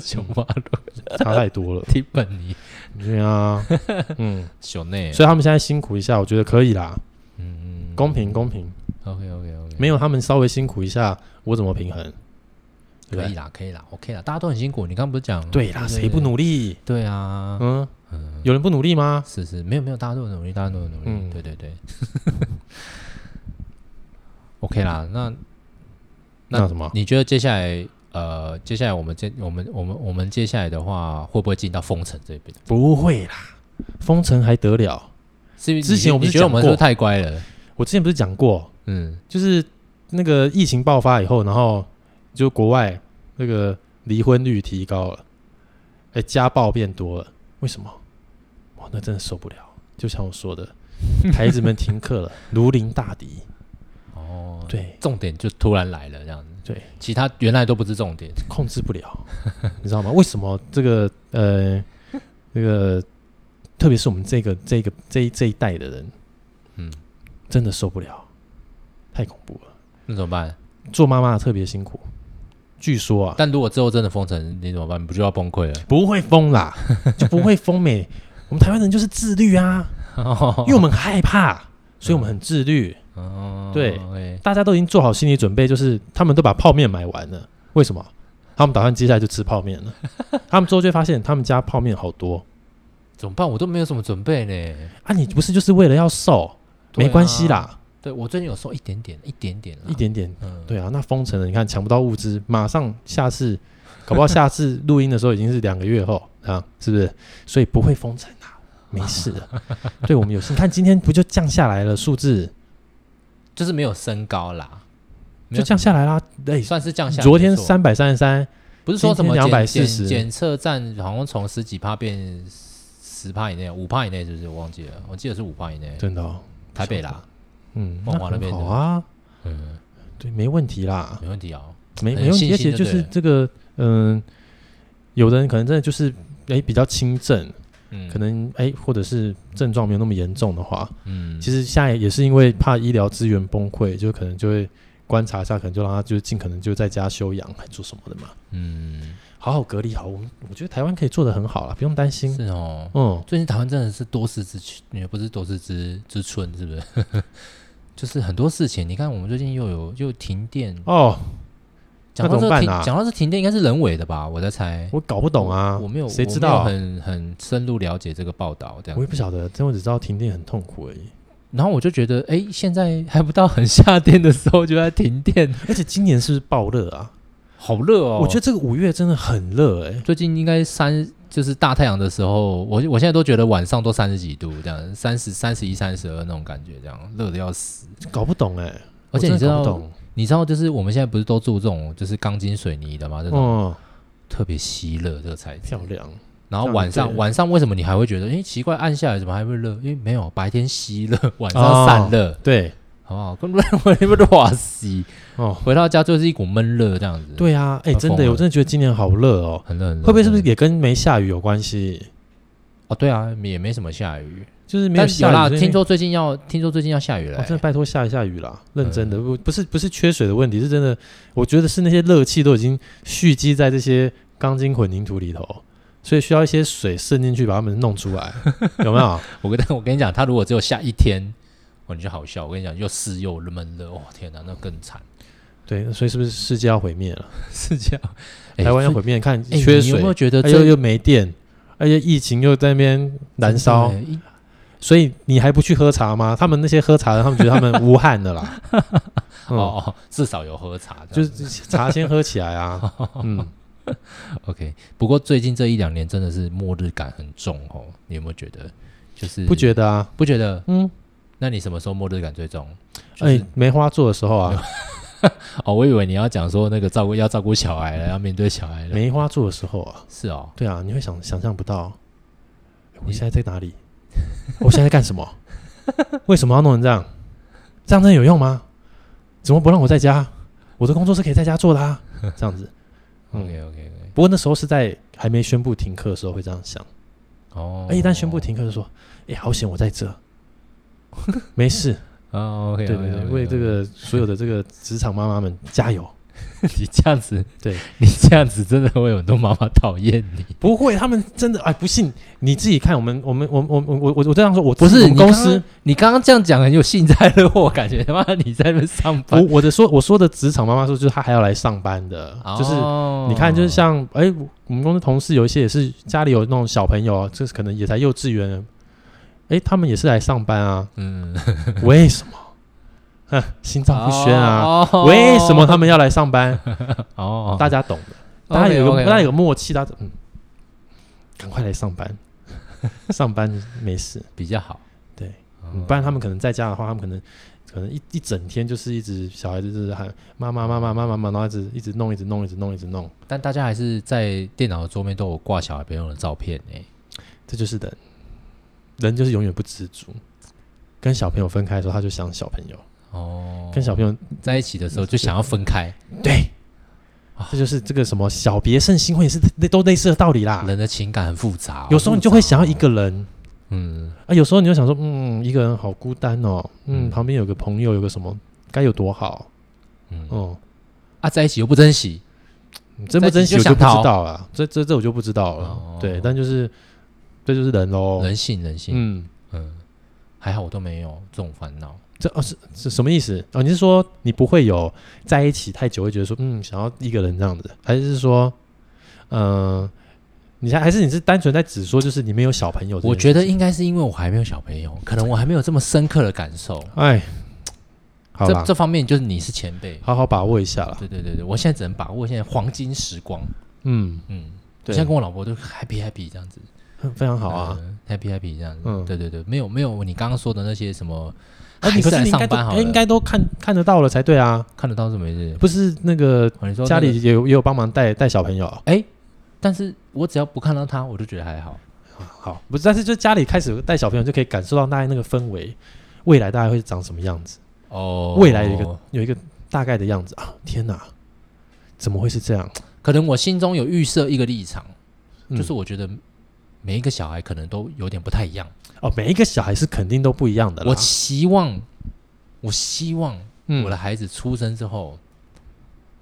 S1: 熊猫，
S2: 差太多了
S1: <laughs> 蒂本尼
S2: 对啊，嗯，
S1: 熊内，啊
S2: 所以他们现在辛苦一下，我觉得可以啦，
S1: 嗯
S2: 公平公平，
S1: ，OK OK OK，
S2: 没有他们稍微辛苦一下，我怎么平衡？对
S1: 可
S2: 不
S1: 以
S2: 对
S1: 啦，可以啦，OK 啦，大家都很辛苦，你刚不是讲
S2: 对啦，谁不？努力？
S1: 对啊，
S2: 嗯，有人不努力吗？
S1: 是是，没有没有，大家都很努力，大家都很努力，
S2: 嗯
S1: 对对对 <laughs> ，OK 啦，那
S2: 那什么？
S1: 你觉得接下来？呃，接下来我们接我们我们我们接下来的话，会不会进到封城这边？
S2: 不会啦，封城还得了？
S1: 是因为你
S2: 之前我不是
S1: 你觉得我们是不是
S2: 讲过
S1: 太乖了？
S2: 我之前不是讲过，
S1: 嗯，
S2: 就是那个疫情爆发以后，然后就国外那个离婚率提高了，哎、家暴变多了，为什么？哇，那真的受不了。就像我说的，
S1: <laughs>
S2: 孩子们停课了，如临大敌。
S1: 哦，
S2: 对，
S1: 重点就突然来了这样子。
S2: 对，
S1: 其他原来都不是重点。
S2: 控制不了，你知道吗？为什么这个呃，那个，特别是我们这个这个这一这一代的人，
S1: 嗯，
S2: 真的受不了，太恐怖了。
S1: 那怎么办？
S2: 做妈妈的特别辛苦，据说啊，
S1: 但如果之后真的封城，你怎么办？你不就要崩溃了？
S2: 不会疯啦， <laughs> 就不会疯美。我们台湾人就是自律啊，因为我们嗯害怕，所以我们很自律。
S1: <laughs> 哦
S2: 对
S1: OK
S2: 大家都已经做好心理准备，就是他们都把泡面买完了，为什么？他们打算接下来就吃泡面了。他们之后就会发现，他们家泡面好多
S1: 怎么办？我都没有什么准备呢。
S2: 啊！你不是就是为了要瘦？
S1: 对啊
S2: 没关系啦，
S1: 对我最近有瘦一点点，一点点啦，
S2: 一。点点。
S1: 嗯，
S2: 对啊，那封城了，你看抢不到物资，马上下次， <laughs> 搞不好下次录音的时候已经是两个月后啊，是不是？所以不会封城啊，没事
S1: <laughs>
S2: 的。对我们有事，你看今天不就降下来了数字，
S1: 就是没有升高啦，没
S2: 就
S1: 有
S2: 降下来啦。哎、
S1: 算是降下来。
S2: 昨天
S1: 没错，
S2: 三百三十三，
S1: 不是说什么
S2: 今天
S1: 检
S2: 240
S1: 检检测站好像从十几帕变十帕以内，五帕以内是不是？我忘记了，我记得是五帕以内。
S2: 真的、哦，
S1: 台北啦，
S2: 嗯，
S1: 凤
S2: 那
S1: 凰那
S2: 很
S1: 边的
S2: 好啊，
S1: 嗯，
S2: 对，没问题啦，
S1: 没问题啊。
S2: 没
S1: 很
S2: 没问题。
S1: 信
S2: 而
S1: 心
S2: 且
S1: 就
S2: 就是
S1: 对了
S2: 这个，嗯、有的人可能真的就是哎、比较轻症，
S1: 嗯，
S2: 可能哎、或者是症状没有那么严重的话，
S1: 嗯，
S2: 其实现在也是因为怕医疗资源崩溃，就可能就会观察一下，可能就让他就尽可能就在家休养，还做什么的嘛，
S1: 嗯，
S2: 好好隔离好。我们我觉得台湾可以做得很好啦，不用担心。
S1: 是哦。
S2: 嗯，
S1: 最近台湾真的是多事之秋，也不是多事之之春，是不是？ <laughs> 就是很多事情，你看我们最近又有又停电，
S2: 哦，
S1: 讲
S2: 那
S1: 到这
S2: 怎么
S1: 个
S2: 办
S1: 停，
S2: 啊
S1: 讲到这停电应该是人为的吧？我在猜，
S2: 我搞不懂啊，
S1: 我没有，
S2: 谁知
S1: 我
S2: 道
S1: 没？有很很深入了解这个报道这
S2: 我也
S1: 样。
S2: 不晓得，但我只知道停电很痛苦而已。
S1: 然后我就觉得，哎，现在还不到很夏天的时候就在停
S2: <laughs>
S1: 电，
S2: 而且今年是不是爆热啊？
S1: 好热哦。
S2: 我觉得
S1: 得
S2: 这个五月真的很热哎、
S1: 最近应该三就是大太阳的时候，我我现在都觉得晚上都三十几度这样，三十三十一、三十二那种感觉，这样热的要死。
S2: 搞不懂哎、
S1: 而且
S2: 我
S1: 你
S2: 真
S1: 知
S2: 的搞不
S1: 道，
S2: 懂，
S1: 你知道，就是我们现在不是都住这种就是钢筋水泥的吗？这种，
S2: 嗯，
S1: 特别吸热这个材质
S2: 漂。亮。
S1: 然后晚
S2: 这样
S1: 上
S2: 对
S1: 晚上为什么你还会觉得，诶，奇怪，按下来怎么还会热？因为没有白天吸热，晚上
S2: 哦
S1: 散热，
S2: 对，
S1: 好不好？根本 <laughs> 我你们乱吸，
S2: 哦，
S1: 回到家就是一股闷热这样子。，
S2: 对啊，哎、
S1: 要
S2: 真
S1: 疯
S2: 的，
S1: 了
S2: 我真的觉得今年好热哦。
S1: 很热很热。
S2: 会不会是不是
S1: 很热？
S2: 也跟没下雨有关系？
S1: 哦，对啊，也没什么下雨，
S2: 就是没
S1: 但
S2: 下
S1: 有
S2: 雨，
S1: 啦。
S2: 所以
S1: 听说最近要听说最近要下雨了、
S2: 哦，真的
S1: 欸，
S2: 拜托下一下雨啦，
S1: 嗯
S2: 认真的，不不是不是缺水的问题，是真的，我觉得是那些热气都已经蓄积在这些钢筋混凝土里头，所以需要一些水渗进去把它们弄出
S1: <laughs>
S2: 来，有没有？
S1: 欸我跟 <laughs> 我跟你讲，它如果只有下一天，哇，你就好笑。我跟你讲，又湿又闷热，哇、天哪，那更惨。
S2: 对，所以是不是世界要毁灭了？
S1: 是这样，欸
S2: 台湾要
S1: 所
S2: 毁灭，看
S1: 以欸
S2: 缺
S1: 你有
S2: 水
S1: 没，有觉得
S2: 哎
S1: 这
S2: 又又没电，而且疫情又在那边燃烧，
S1: 真的欸
S2: 所以你还不去喝茶吗？他们那些喝茶的，他们觉得他们 <laughs> 无憾
S1: <laughs>
S2: 的啦。嗯、
S1: 哦哦，至少有喝茶这
S2: 就
S1: 样
S2: 是
S1: 子，
S2: 茶先喝起来
S1: <laughs>
S2: 啊。嗯，
S1: OK。不过最近这一两年真的是末日感很重哦，你有没有觉得？就是
S2: 不觉得啊？
S1: 不觉得？
S2: 嗯，
S1: 那你什么时候末日感最重？就是
S2: 哎、梅花座的时候啊，
S1: 哦，我以为你要讲说那个照顾要照顾小孩了，要面对小孩了。
S2: 梅花座的时候啊，
S1: 是哦，
S2: 对啊，你会想想象不到，哎我
S1: 你
S2: 现在在哪里？ <laughs> 我现在在干什么？ <laughs> 为什么要弄成这样？这样真的有用吗？怎么不让我在家？我的工作是可以在家做
S1: <laughs>
S2: 的啊，这样子。嗯
S1: OK OK OK。
S2: 不过那时候是在还没宣布停课的时候会这样想。
S1: 哦，
S2: 哎，一旦宣布停课就说，哎，好险我在
S1: <laughs>
S2: 这，没事，
S1: 哦，OK，
S2: 对对对，为这个
S1: 啊
S2: 所有的这个职场妈妈们加油。
S1: <laughs> 你这样子，
S2: <laughs> 对
S1: 你这样子真的会有很多妈妈讨厌你。
S2: <laughs> 不会，他们真的哎，不信你自己看我们，我们，我们，我们，我，我，我这样说，我
S1: 不是
S2: 我们
S1: 你
S2: 公，
S1: 刚
S2: 司
S1: 刚，你刚刚这样讲很有幸灾乐祸，感觉他妈你在那边上
S2: 我
S1: 班，
S2: 我的说我说的职场妈妈说，就是她还要来上班的，就是
S1: 哦
S2: 你看，就是像哎，我们公司同事有一些也是家里有那种小朋友，就是可能也才幼稚园，哎，他们也是来上
S1: <laughs>
S2: 班啊，
S1: 嗯，
S2: 为什么？哼，心照不宣啊，
S1: 哦，
S2: 为什么他们要来上班？
S1: 哦，
S2: 大家懂的，大家有个
S1: OK，OK，
S2: 大家有个默契，大家嗯，赶快来
S1: <laughs>
S2: 上班，上班没事，
S1: 比较好，
S2: 对
S1: 哦，
S2: 嗯不然他们可能在家的话，他们可能可能一一整天就是一直小孩子就是喊妈妈妈妈妈妈妈，然后一直一直弄一直弄一直弄一直弄，
S1: 但大家还是在电脑的桌面都有挂小孩朋友的照片哎，
S2: 这就是人，人就是永远不知足。跟小朋友分开的时候，他就想小朋友；
S1: 哦，
S2: 跟小朋友
S1: 在一起的时候就想要分开，
S2: 对，
S1: 啊
S2: 这就是这个什么小别胜新婚也是都类似的道理啦。
S1: 人的情感很复杂，哦
S2: 有时候你就会想要一个人，
S1: 嗯，
S2: 啊，有时候你就想说，嗯，一个人好孤单哦，嗯，
S1: 嗯
S2: 旁边有个朋友，有个什么，该有多好，
S1: 嗯
S2: 哦、
S1: 啊，在一起又不珍惜，
S2: 你珍不珍
S1: 在
S2: 惜
S1: 一
S2: 我
S1: 起
S2: 就
S1: 就
S2: 不知
S1: 想逃
S2: 道了，这这这我就不知道了，
S1: 哦
S2: 对，但就是这就是人喽，
S1: 人性人性，
S2: 哦嗯，
S1: 嗯，还好我都没有这种烦恼，
S2: 这哦是是什么意思？哦，你是说你不会有在一起太久会觉得说，嗯，想要一个人这样子，还是说，嗯、你还还是你是单纯在只说就是你没有小朋友这件事情？
S1: 我觉得应该是因为我还没有小朋友，可能我还没有这么深刻的感受，
S2: 哎，好
S1: 这
S2: 啦，
S1: 这方面就是你是前辈，
S2: 好好把握一下啦。
S1: 对对对对，我现在只能把握现在黄金时光，
S2: 嗯，
S1: 嗯，我
S2: 对
S1: 现在，跟我老婆都 happy happy 这样子，
S2: 非常好啊。
S1: 嗯，happy happy 这样子，
S2: 嗯
S1: 对对对，没有没有你刚刚说的那些什么，
S2: 啊，
S1: 还
S2: 你可
S1: 是
S2: 是
S1: 来
S2: 你应
S1: 上
S2: 该都
S1: 班好了，
S2: 应该都看看得到了才对啊，
S1: 看得到是没事，
S2: 不是那个
S1: 哦你说那个
S2: 家，里也有也有帮忙带带小朋友啊，
S1: 但是我只要不看到他，我就觉得还好，
S2: 好，不是，但是就家里开始带小朋友就可以感受到大概那个氛围，未来大概会长什么样子，
S1: 哦，
S2: 未来有一个有一个大概的样子啊，天哪，怎么会是这样？
S1: 可能我心中有预设一个立场，
S2: 嗯
S1: 就是我觉得每一个小孩可能都有点不太一样，
S2: 哦，每一个小孩是肯定都不一样的啦。
S1: 我希望，我希望
S2: 嗯
S1: 我的孩子出生之后。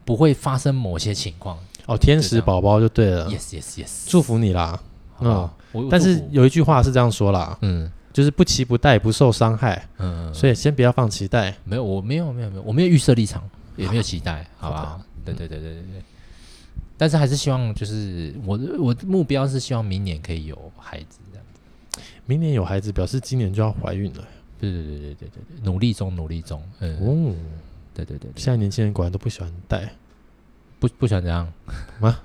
S1: 不会发生某些情况、
S2: 哦，天使宝宝就对了
S1: y，e s yes yes，
S2: 嗯祝福你啦。
S1: 好不好我我
S2: 但是
S1: 祝福
S2: 有一句话是这样说啦，
S1: 嗯
S2: 就是不期不待，不受伤害，
S1: 嗯，
S2: 所以先不要放期待。
S1: 没有，我没有，没有，没有，我没有预设立场，也没有期待，好
S2: <laughs> 好
S1: 吧？对对对对对对。但是还是希望，就是我的我的目标是希望明年可以有孩子，这样。
S2: 明年有孩子，表示今年就要怀孕了。
S1: 对对对对对对对，努力中，努力中。嗯，
S2: 哦，
S1: 对对对对，
S2: 现在年轻人果然都不喜欢带，
S1: 不不想这样 <laughs>
S2: 吗？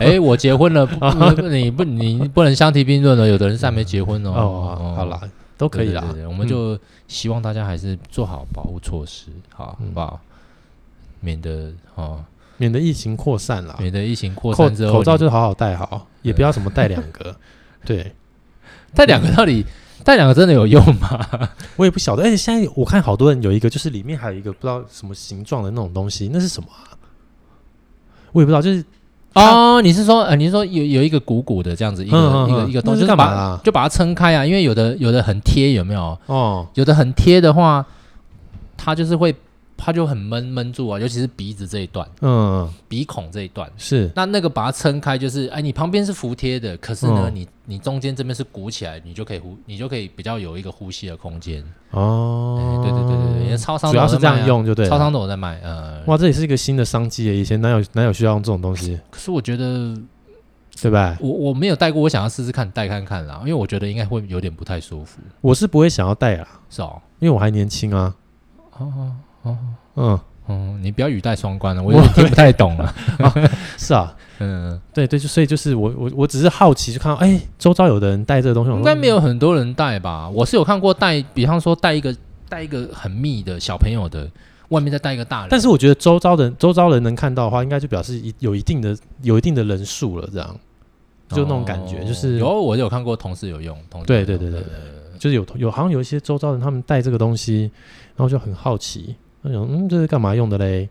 S1: 哎，我结婚
S2: <laughs>
S1: 了，不不你不你不能相提并论了。哦有的人是还没结婚哦。
S2: 哦，好，啦，都可以
S1: 对
S2: 啦嗯
S1: 对对。对我们就希望
S2: 嗯
S1: 大家还是做好保护措施，好好不好？免得哦，
S2: 免得疫情扩散啦。
S1: 免得疫情扩
S2: 口
S1: 散之后，
S2: 口罩就好好戴好，也不要什么戴两个。 <laughs> 对
S1: 但两个到底但两个真的有用吗？
S2: 我也不晓得，而且现在我看好多人有一个，就是里面还有一个不知道什么形状的那种东西，那是什么啊、我也不知道，就是
S1: 哦，你是说呃，你是说有有一个鼓鼓的这样子一个、
S2: 啊嗯嗯嗯
S1: 一个一个东
S2: 那
S1: 西，就
S2: 是
S1: 是
S2: 干嘛
S1: 把
S2: 啦？
S1: 就把它撑开啊，因为有的有的很贴，有没有？
S2: 哦，
S1: 有的很贴的话，它就是会它就很闷闷住啊，尤其是鼻子这一段、
S2: 嗯，
S1: 鼻孔这一段。
S2: 是
S1: 那那个把它撑开，就是哎，你旁边是服帖的，可是呢，
S2: 嗯
S1: 你你中间这边是鼓起来，你就可以呼，你就可以比较有一个呼吸的空间。哎
S2: 哦，
S1: 对对对对对，超商
S2: 主要
S1: 都有
S2: 是这
S1: 在卖
S2: 样
S1: 啊，
S2: 用就对了
S1: 超商都有在卖。呃，
S2: 哇，这也是一个新的商机耶！以前哪有哪有需要用这种东西，
S1: 可是我觉得
S2: 对吧？
S1: 我我没有戴过，我想要试试看戴看看啦，因为我觉得应该会有点不太舒服，
S2: 我是不会想要戴啦，
S1: 是哦。
S2: 因为我还年轻啊。
S1: 哦
S2: 嗯，
S1: 嗯，你不要语带双关了，我有点听不太懂了。
S2: 是啊，
S1: 嗯，
S2: 对对，就所以就是我我我只是好奇，就看到哎、周遭有的人戴这个东西，我
S1: 应
S2: 说
S1: 该没有很多人戴吧？我是有看过戴，比方说戴一个戴一个很密的小朋友的，外面再戴一个大人。
S2: 但是我觉得周遭人周遭人能看到的话，应该就表示一有一定的有一定的人数了，这样就那种感觉，
S1: 哦
S2: 就是
S1: 有我有看过同事有用，同事
S2: 对
S1: 有
S2: 对
S1: 用
S2: 对对就是有有好像有一些周遭人他们带这个东西，然后就很好奇，那种嗯这是干嘛用的嘞？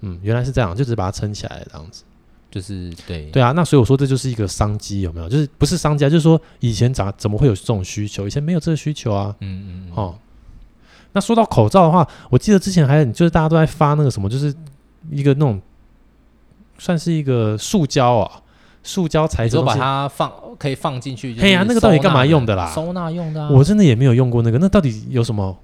S2: 嗯，原来是这样，就只是把它撑起来这样子。
S1: 就是对
S2: 对啊，那所以我说这就是一个商机，有没有？就是不是商机啊，就是说以前咋怎么会有这种需求？以前没有这个需求啊。
S1: 嗯嗯嗯，
S2: 哦，那说到口罩的话，我记得之前还有就是大家都在发那个什么，就是一个那种算是一个塑胶啊，塑胶材
S1: 你
S2: 质
S1: 说
S2: 的东
S1: 把
S2: 西。
S1: 它放可以放进去，
S2: 嘿呀那个到底干嘛用的
S1: 的
S2: 啦
S1: 收纳用的啊。
S2: 我真的也没有用过那个，那到底有什么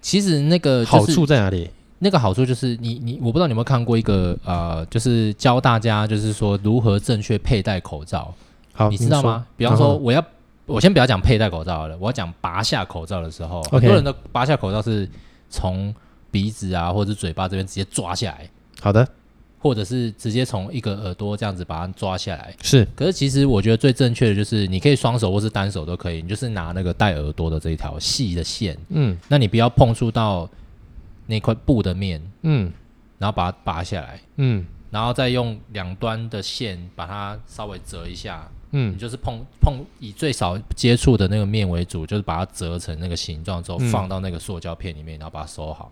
S1: 其实那个
S2: 好
S1: 呃就是
S2: 处在哪里？
S1: 那个好处就是你你我不知道你有没有看过一个呃，就是教大家就是说如何正确佩戴口罩，
S2: 好，
S1: 你知道
S2: 说
S1: 吗？比方说
S2: 嗯哼
S1: 我要、我先不要讲佩戴口罩好了，我要讲拔下口罩的时候
S2: OK
S1: 很多人的拔下口罩是从鼻子啊或者是嘴巴这边直接抓下来，
S2: 好的，
S1: 或者是直接从一个耳朵这样子把它抓下来。
S2: 是
S1: 可是其实我觉得最正确的就是你可以双手或是单手都可以，你就是拿那个戴耳朵的这一条细的线，
S2: 嗯
S1: 那你不要碰触到那块布的面，
S2: 嗯
S1: 然后把它拔下来。
S2: 嗯
S1: 然后再用两端的线把它稍微折一下，你
S2: 嗯
S1: 就是碰碰以最少接触的那个面为主，就是把它折成那个形状之后，
S2: 嗯
S1: 放到那个塑胶片里面，然后把它收好，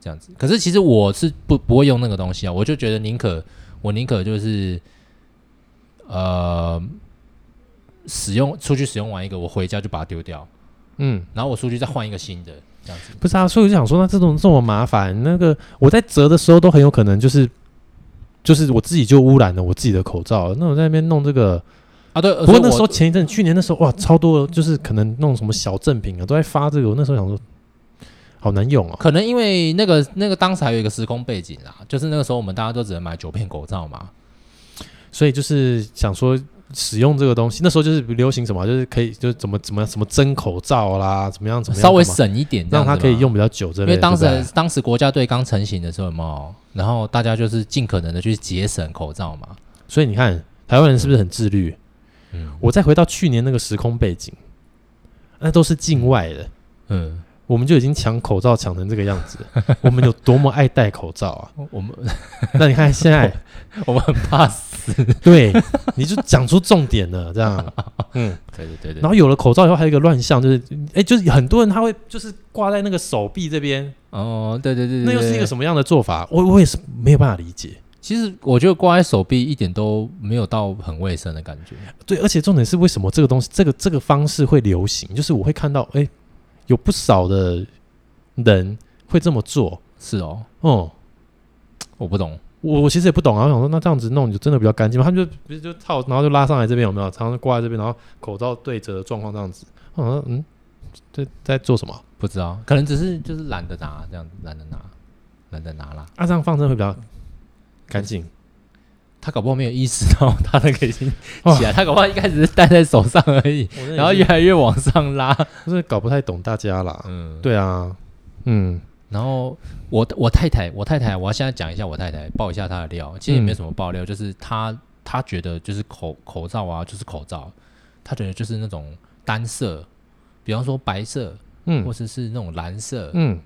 S1: 这样子。可是其实我是不不会用那个东西啊，我就觉得宁可我宁可就是呃使用出去使用完一个，我回家就把它丢掉，
S2: 嗯，
S1: 然后我出去再换一个新的，这样子。
S2: 不是啊，所以我就想说，那这种这么麻烦，那个我在折的时候都很有可能就是就是我自己就污染了我自己的口罩了。那我在那边弄这个，
S1: 啊，对，
S2: 不过
S1: 所
S2: 那
S1: 以我
S2: 时候前一阵，去年那时候哇，超多就是可能弄什么小赠品啊，都在发这个。我那时候想说，好难用哦。
S1: 可能因为那个那个当时还有一个时空背景啦，就是那个时候我们大家都只能买九片口罩嘛，
S2: 所以就是想说。使用这个东西，那时候就是流行什么，啊就是可以，就是怎么怎么怎么蒸口罩啦，怎么样怎么样，
S1: 稍微
S2: 干嘛
S1: 省一点这样子嘛，
S2: 让它可以用比较久之
S1: 因
S2: 类的。
S1: 为当
S2: 对不
S1: 时
S2: 对
S1: 当时国家队刚成型的时候嘛，然后大家就是尽可能的去节省口罩嘛，
S2: 所以你看台湾人是不是很自律？
S1: 嗯
S2: 我再回到去年那个时空背景，那都是境外的，
S1: 嗯，
S2: 我们就已经抢口罩抢成这个样子了，我们有多么爱戴口
S1: <laughs>
S2: 罩啊！
S1: 我们
S2: 那你看现在，
S1: 我们很怕死，
S2: 对，你就讲出重点了，这样，嗯，
S1: 对 <laughs> 对对对，
S2: 然后有了口罩以后，还有一个乱象就是，哎，就是很多人他会就是挂在那个手臂这边，
S1: 哦，对对对
S2: 那又是一个
S1: 么？
S2: 什么样的做法？我我也是没有办法理解。
S1: 其实我觉得挂在手臂一点都没有到很卫生的感觉，
S2: 对，而且重点是为什么这个东西，这个这个方式会流行？就是我会看到，哎，有不少的人会这么做，
S1: 是哦，
S2: 哦、
S1: 我不懂，
S2: 我我其实也不懂啊，我想说那这样子弄就真的比较干净吗？他们就不是就套，然后就拉上来这边有没有？常常挂在这边，然后口罩对折的状况这样子。我想说嗯，这在做什么？
S1: 不知道，可能只是就是懒得拿这样，懒得拿，懒得拿啦。
S2: 啊，这样放着会比较
S1: 嗯
S2: 干净。
S1: 他搞不好没有意识到他那个已经
S2: 哦
S1: 起来，他搞不好一开始是戴在手上而已，
S2: 我真的
S1: 然后
S2: 也 <laughs>
S1: 越
S2: 是
S1: 来越往上拉。
S2: 就是搞不太懂大家啦。
S1: 嗯，
S2: 对啊，嗯，
S1: 然后我我太太，我太太，我要现在讲一下我太太，爆一下她的料。其实也没什么爆料，就是她她觉得就是口口罩啊，就是口罩，她觉得就是那种单色，比方说白色，
S2: 嗯
S1: 或者是那种蓝色，
S2: 嗯，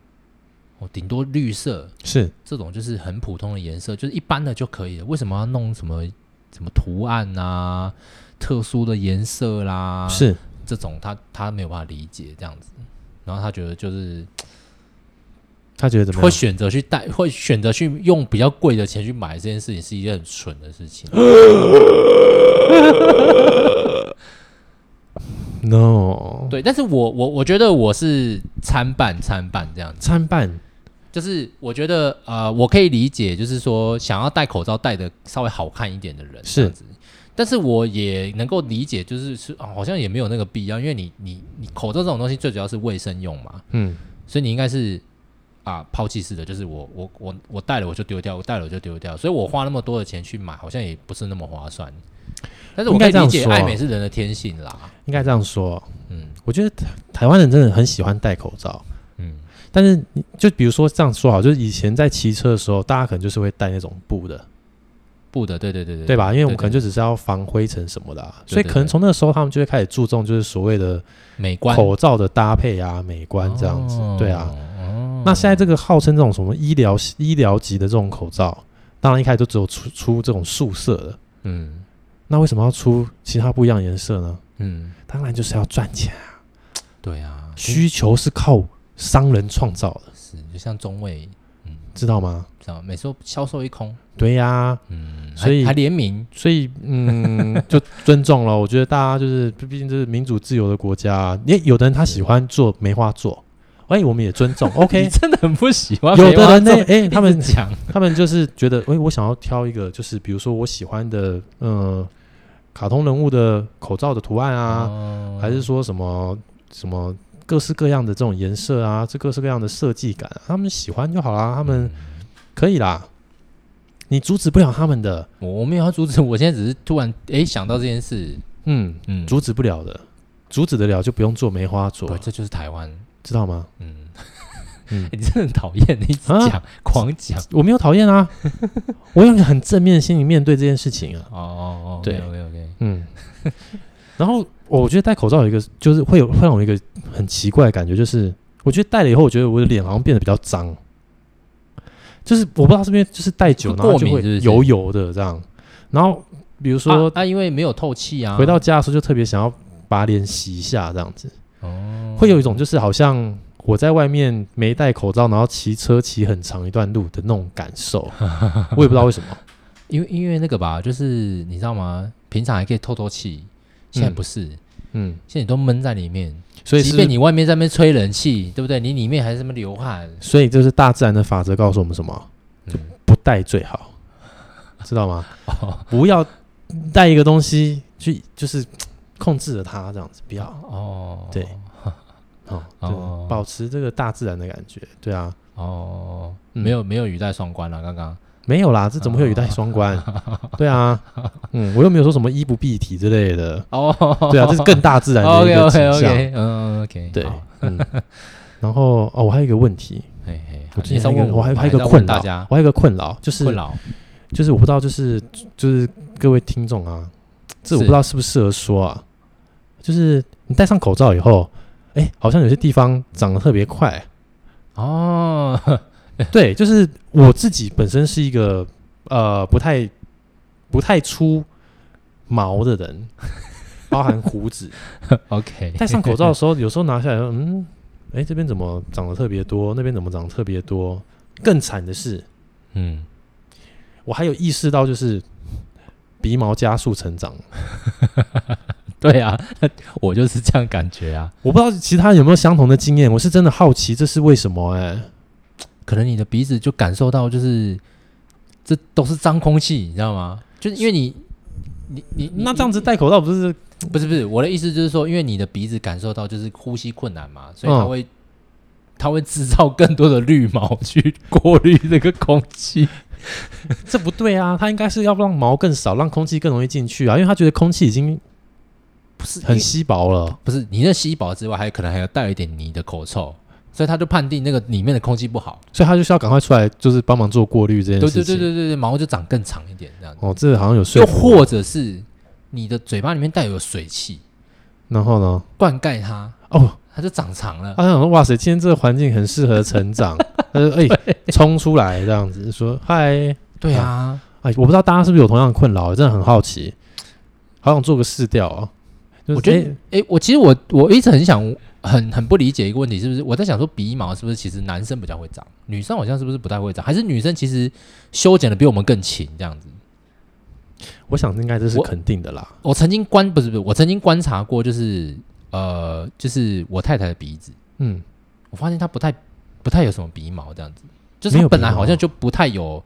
S1: 哦，顶多绿色
S2: 是
S1: 这种就是很普通的颜色，就是一般的就可以了。为什么要弄什么什么图案啊、特殊的颜色啦？
S2: 是，
S1: 这种他他没有办法理解这样子，然后他觉得就是
S2: 他觉得怎么
S1: 会
S2: 样？
S1: 选择去带，会选择去用比较贵的钱去买这件事情是一件很蠢的事情。
S2: No，
S1: 对，但是我我我觉得我是参半参半这样子，
S2: 参半
S1: 就是我觉得呃，我可以理解，就是说想要戴口罩戴的稍微好看一点的人
S2: 是
S1: 这样子。但是我也能够理解，就是是、啊好像也没有那个必要，因为你你你口罩这种东西最主要是卫生用嘛，
S2: 嗯，
S1: 所以你应该是啊抛弃式的，就是我我我我戴了我就丢掉，我戴了我就丢掉，所以我花那么多的钱去买，好像也不是那么划算。但是我
S2: 应
S1: 可
S2: 该
S1: 以
S2: 这
S1: 理
S2: 样
S1: 解
S2: 说啊
S1: 爱美是人的天性啦，
S2: 应该这样说。
S1: 嗯
S2: 我觉得台台湾人真的很喜欢戴口罩，
S1: 嗯，
S2: 但是你就比如说这样说好，就是以前在骑车的时候，大家可能就是会戴那种布的，
S1: 不的，对对对对，
S2: 对吧？因为我们可能
S1: 对
S2: 就只是要防灰尘什么的、啊，
S1: 对
S2: 所以
S1: 对
S2: 可能
S1: 对
S2: 从那个时候他们就会开始注重就是所谓的
S1: 美观
S2: 口罩的搭配啊、美观这样子，
S1: 哦
S2: 对啊。
S1: 哦
S2: 那现在这个号称这种什么医疗医疗级的这种口罩，当然一开始就只有出出这种素色的，
S1: 嗯
S2: 那为什么要出其他不一样的颜色呢？
S1: 嗯，
S2: 当然就是要赚钱啊，
S1: 对啊，
S2: 需求是靠商人创造的，
S1: 是就像中卫，嗯，
S2: 知道吗？
S1: 这样每次都销售一空，
S2: 对呀、
S1: 嗯，
S2: 所以
S1: 还还联名，
S2: 所以，嗯，就尊重了。我觉得大家就是，毕竟这是民主自由的国家、啊，也有的人他喜欢做梅花座，哎、我们也尊
S1: <laughs>
S2: 重。
S1: 你
S2: OK，
S1: 真的很不喜欢
S2: 有
S1: 梅花
S2: 的
S1: <laughs>
S2: 人呢
S1: 座，
S2: 哎、他
S1: 一
S2: 们
S1: 直讲，
S2: 他们就是觉得，哎、我想要挑一个，就是比如说我喜欢的，嗯，卡通人物的口罩的图案啊，
S1: 哦
S2: 还是说什么什么各式各样的这种颜色啊，这各式各样的设计感，啊他们喜欢就好啦，他们可以啦，你阻止不了他们的，
S1: 我我没有要阻止，我现在只是突然哎想到这件事，
S2: 嗯。
S1: 嗯，
S2: 阻止不了的，阻止得了就不用做梅花
S1: 对，
S2: 座，
S1: 这就是台湾，
S2: 知道吗？ <laughs>
S1: 嗯，
S2: 嗯
S1: 你真的很讨厌，你一直
S2: 啊
S1: 讲狂讲，
S2: 我没有讨厌啊，我用一个很正面的心情面对这件事情啊。
S1: 哦哦哦，
S2: 对
S1: ，OK OK， <laughs>
S2: 嗯，然后我觉得戴口罩有一个，就是会有会让我有一个很奇怪的感觉，就是我觉得戴了以后，我觉得我的脸好像变得比较脏，就是我不知道是不是就是戴久，
S1: 会
S2: 然后
S1: 过
S2: 就
S1: 敏
S2: 会
S1: 是不是
S2: 油油的这样。然后比如说
S1: 啊啊，因为没有透气啊，
S2: 回到家的时候，就特别想要把脸洗一下这样子。
S1: 哦，
S2: 会有一种就是好像我在外面没戴口罩，然后骑车骑很长一段路的那种感受，我也不知道为什么。
S1: 因为因为那个吧，就是你知道吗？平常还可以透透气，现在不是，
S2: 嗯，
S1: 现在你都闷在里面，
S2: 所以
S1: 即
S2: 是
S1: 便你外面在那边吹冷气，对不对？你里面还是什么流汗，
S2: 所以就是大自然的法则告诉我们什么？
S1: 嗯
S2: 就不戴最好，知道吗？
S1: 哦
S2: 不要带一个东西去，就是控制着它这样子，不要
S1: 哦，
S2: 对哦，就是
S1: 哦
S2: 保持这个大自然的感觉。对啊，
S1: 哦，
S2: 嗯
S1: 没有没有语带双关了，刚刚
S2: 没有啦，这怎么会有一带双关？
S1: 哦 <laughs>
S2: 对啊，嗯，我又没有说什么衣不蔽体之类的。
S1: 哦，
S2: 对啊，这是更大自然的
S1: OK
S2: 一个
S1: OK
S2: 景象。
S1: OK，嗯 OK，
S2: 对
S1: 好，
S2: 嗯。然后哦，我还有一个问题，
S1: 嘿嘿，好
S2: 我
S1: 你
S2: 之前
S1: 稍
S2: 还有一
S1: 问
S2: 个我还
S1: 吧
S2: 还有一
S1: 你再
S2: 个
S1: 问
S2: 困
S1: 大
S2: 扰，
S1: 家
S2: 我还有一个困扰，就是
S1: 困扰，
S2: 就是我不知道，就是就是各位听众啊，这我
S1: 是
S2: 不知道适不适合说啊，就是你戴上口罩以后，哎，好像有些地方长得特别快。
S1: 哦，
S2: 对，就是我自己本身是一个呃不太不太出毛的人，包含胡子，
S1: OK，
S2: 戴上口罩的时候，有时候拿下来说，嗯，哎，这边怎么长得特别多？那边怎么长得特别多？更惨的是，
S1: <laughs> 嗯，
S2: 我还有意识到就是鼻毛加速成长。
S1: 对啊， <laughs> 我就是这样感觉啊，
S2: 我不知道其他有没有相同的经验，我是真的好奇这是为什么、哎，
S1: 可能你的鼻子就感受到，就是这都是脏空气，你知道吗？就是因为你，你你
S2: 那这样子戴口罩不是
S1: 你不是不是我的意思，就是说，因为你的鼻子感受到就是呼吸困难嘛，所以它
S2: 嗯
S1: 会、它会制造更多的绿毛去过滤这个空
S2: <laughs>
S1: 气。
S2: 这不对啊？它应该是要让毛更少，让空气更容易进去啊，因为他觉得空气已经
S1: 不是因
S2: 很
S1: 为
S2: 稀薄了。
S1: 不是你那吸饱之外，还可能还有带一点你的口臭，所以他就判定那个里面的空气不好。
S2: 所以他就是要赶快出来，就是帮忙做过滤这件
S1: 对
S2: 事
S1: 对
S2: 情。
S1: 对对
S2: 对。
S1: 对对，毛就长更长一点这样子。
S2: 哦，这好像有说
S1: 又
S2: 服我
S1: 或者是你的嘴巴里面带有水汽，
S2: 然后呢？
S1: 灌溉它，
S2: 哦，啊
S1: 它就长长了。
S2: <laughs> 他想说，哇塞，今天这个环境很适合成长，他就哎冲出来这样子说嗨，
S1: 对啊，
S2: 哎，我不知道大家是不是有同样的困扰，真的很好奇，好想做个试调啊。就是
S1: 我觉得
S2: 哎，
S1: 诶，我其实我我一直很想很很不理解一个问题，是不是我在想说鼻毛是不是其实男生比较会长，女生好像是不是不太会长，还是女生其实修剪的比我们更勤这样子？
S2: 我想应该这是
S1: 我
S2: 肯定的啦。
S1: 我曾经观不是不是，我曾经观察过，就是呃，就是我太太的鼻子，
S2: 嗯，
S1: 我发现她不太不太有什么鼻毛这样子，就是
S2: 没
S1: 她
S2: 有
S1: 本
S2: 鼻
S1: 来
S2: 毛
S1: 好像就不太有。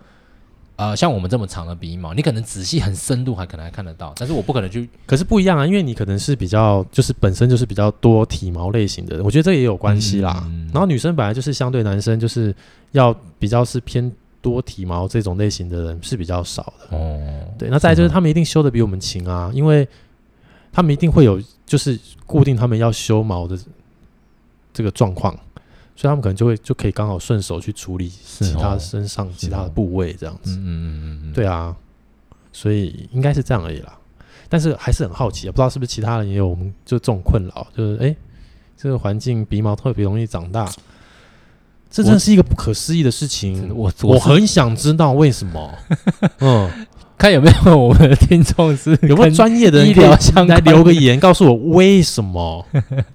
S1: 呃，像我们这么长的鼻毛，你可能仔细很深度还可能还看得到，但是我不可能去
S2: 可是不一样啊，因为你可能是比较就是本身就是比较多体毛类型的人，我觉得这也有关系啦。
S1: 嗯
S2: 然后女生本来就是相对男生就是要比较是偏多体毛这种类型的人是比较少的。
S1: 哦，
S2: 对，那再来就是
S1: 嗯
S2: 他们一定修的比我们勤啊，因为他们一定会有就是固定他们要修毛的这个状况，所以他们可能就会就可以刚好顺手去处理
S1: 是
S2: 其他
S1: 哦
S2: 身上其
S1: 是
S2: 他的
S1: 哦
S2: 部位这样
S1: 嗯
S2: 子。
S1: 嗯嗯嗯嗯，
S2: 对啊，所以应该是这样而已啦。但是还是很好奇啊，不知道是不是其他人也有我们就这种困扰，就是哎、诶这个环境鼻毛特别容易长大，这
S1: 我
S2: 真的是一个不可思议的事情
S1: 真的。我
S2: 嗯我
S1: 我
S2: 很想知道为
S1: <laughs>
S2: 什么，嗯，
S1: 看有没有我们的听众是
S2: <laughs> 有没有
S1: 跟
S2: 专业的人
S1: 医疗
S2: 可以
S1: 相
S2: 来
S1: 关
S2: 留个言，告诉我为什么？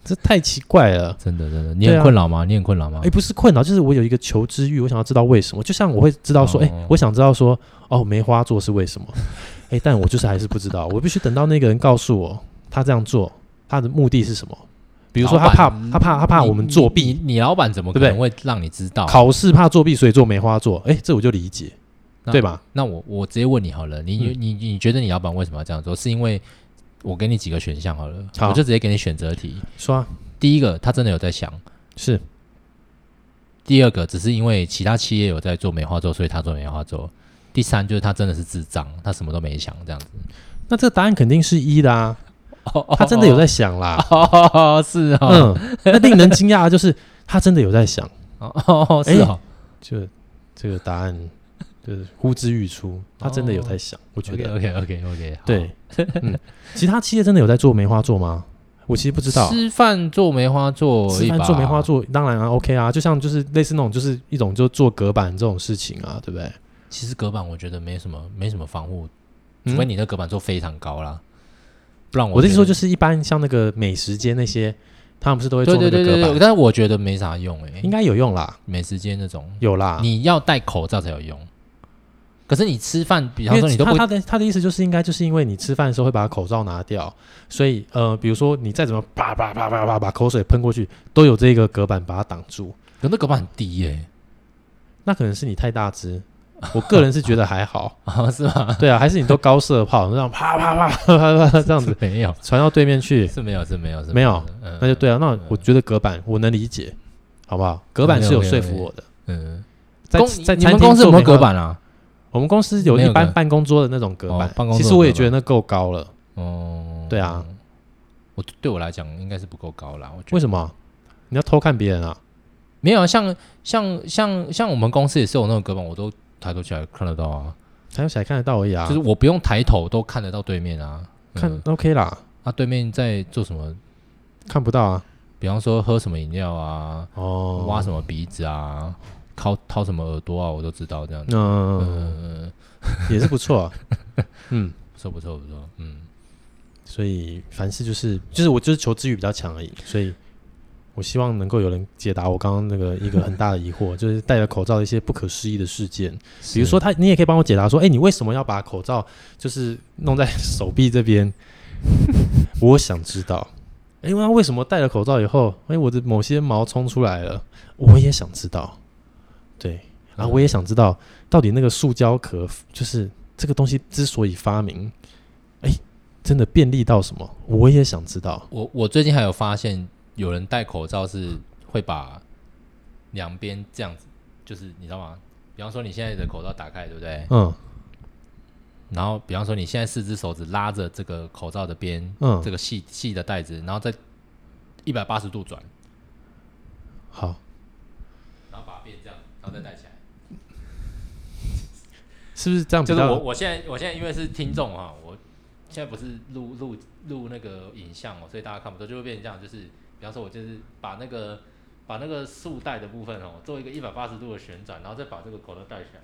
S2: 这太奇怪了。
S1: 真的真的，你
S2: 对
S1: 很
S2: 啊
S1: 困扰吗？你很困扰吗
S2: 哎、？不是困扰，就是我有一个求知欲，我想要知道为什么。就像我会知道说，哎、
S1: 哦
S2: 我想知道说，哦，梅花座是为什么？ <laughs> 哎、但我就是还是不知道，我必须等到那个人告诉我，他这样做他的目的是什么。比如说，他
S1: 老板
S2: 怕他怕他怕
S1: 你
S2: 我们作弊，
S1: 你你你老板怎么可
S2: 对
S1: 能
S2: 不
S1: 会让你知道？
S2: 考试怕作弊，所以做梅花座。哎、这我就理解，
S1: 那
S2: 对？吧？
S1: 那我我直接问你好了，你
S2: 嗯
S1: 你你你觉得你老板为什么要这样做？是因为我给你几个选项好了，
S2: 好
S1: 我就直接给你选择题。
S2: 说啊，
S1: 第一个，他真的有在想；
S2: 是
S1: 第二个，只是因为其他企业有在做梅花座，所以他做梅花座；第三，就是他真的是智障，他什么都没想这样子。
S2: 那这个答案肯定是一的啊， <laughs> 他真的有在想啦。
S1: <laughs> 哦，是哦，
S2: 嗯，那令人惊讶的就是他真的有在想， <laughs>
S1: 哦是哦， <laughs>
S2: 就这个答案 <laughs> 就是呼之欲出，他真的有在想，我觉得。
S1: 哦 OK OK OK，
S2: 对，嗯，其他企业真的有在做梅花座吗？我其实不知道。
S1: 吃饭做梅花座而
S2: 吃
S1: 已吧，
S2: 饭做梅花座，当然啊，OK 啊，就像就是类似那种，就是一种就做隔板这种事情啊，对不对？
S1: 其实隔板我觉得没什么没什么防护，
S2: 嗯
S1: 除非你的隔板做非常高啦，不然
S2: 我的意思说，就是是一般像那个美食街那些，他们不是都会做
S1: 对
S2: 那
S1: 对对
S2: 个隔
S1: 对
S2: 板，
S1: 对，但是我觉得没啥用欸诶、
S2: 应该啊有用啦，
S1: 美食街那种，
S2: 有啦。
S1: 你要戴口罩才有用。可是你吃饭，比
S2: 因
S1: 方
S2: 为
S1: 说你都
S2: 他
S1: 不
S2: 他的他的意思就是应该就是因为你吃饭的时候会把口罩拿掉，所以呃，比如说你再怎么叭叭叭叭叭把口水喷过去，都有这个隔板把它挡住。
S1: 可那隔板很低欸耶、
S2: 那可能是你太大只，我个人是觉得
S1: <laughs>
S2: 还好。
S1: 啊，是
S2: <laughs>
S1: 吗？
S2: 对啊，还是你都高射炮，这样啪啪啪啪啪啪这样子
S1: 没
S2: <laughs>
S1: 有，
S2: 传到对面去，
S1: 是没有，是没有，是
S2: 没有
S1: 的，嗯
S2: 那就，对啊。那我觉得隔板我能理解，好不好？隔板是有说服我的。
S1: 嗯，
S2: 在
S1: 公
S2: 在
S1: 你
S2: 餐
S1: 们
S2: 厅
S1: 公司有
S2: 做
S1: 没
S2: 梅
S1: 有隔
S2: 花？
S1: 板啊？
S2: 我们公司有
S1: 没
S2: 一
S1: 有
S2: 般
S1: 隔
S2: 办公桌的那种隔板
S1: 哦办，公
S2: 其
S1: 桌
S2: 实
S1: 的
S2: 我也
S1: 隔板
S2: 觉得那够高了。
S1: 哦，
S2: 对啊，
S1: 我对我来讲应该是不够高啦，我觉得
S2: 为。什么？你要偷看别人啊？
S1: 没有啊，像像像像我们公司也是有那种隔板，我都抬头起来看得到啊，
S2: 抬起来看得到而已啊
S1: 就，是我不用抬头都看得到对面啊。
S2: 看
S1: 嗯
S2: OK 啦，
S1: 啊，对面在做什么？
S2: 看不到啊。
S1: 比方说喝什么饮料啊，挖
S2: 哦，
S1: 什么鼻子啊，掏掏什么耳朵啊，我都知道这样子。
S2: 嗯， <laughs>
S1: 嗯，
S2: 也是不错啊。嗯，
S1: 不错不错不错，嗯，
S2: 所以凡事就是就是我就是求知欲比较强而已，所以我希望能够有人解答我刚刚那个一个很大的疑惑， <laughs> 就是戴着口罩的一些不可思议的事件。比如说他，你也可以帮我解答说，哎、你为什么要把口罩就是弄在手臂这边？ <laughs> 我想知道，哎、那为什么戴了口罩以后，哎、我的某些毛冲出来了？我也想知道，对，然啊后我也想知道，到底那个塑胶壳，就是这个东西之所以发明，哎、真的便利到什么？我也想知道。
S1: 我我最近还有发现，有人戴口罩是会把两边这样子，就是你知道吗？比方说你现在的口罩打开，对不对？
S2: 嗯
S1: 然后比方说你现在四只手指拉着这个口罩的边，
S2: 嗯
S1: 这，个细细的带子，然后再一百八十度转，
S2: 好，
S1: 然后把它变这样，然后再戴起来。
S2: 是不是这样比
S1: 就是
S2: 较？
S1: 我我现在我现在因为是听众啊，我现在不是录录录那个影像哦，所以大家看不到，就会变成这样，就是比方说我就是把那个把那个束带的部分哦，做一个一百八十度的旋转，然后再把这个口罩戴起来。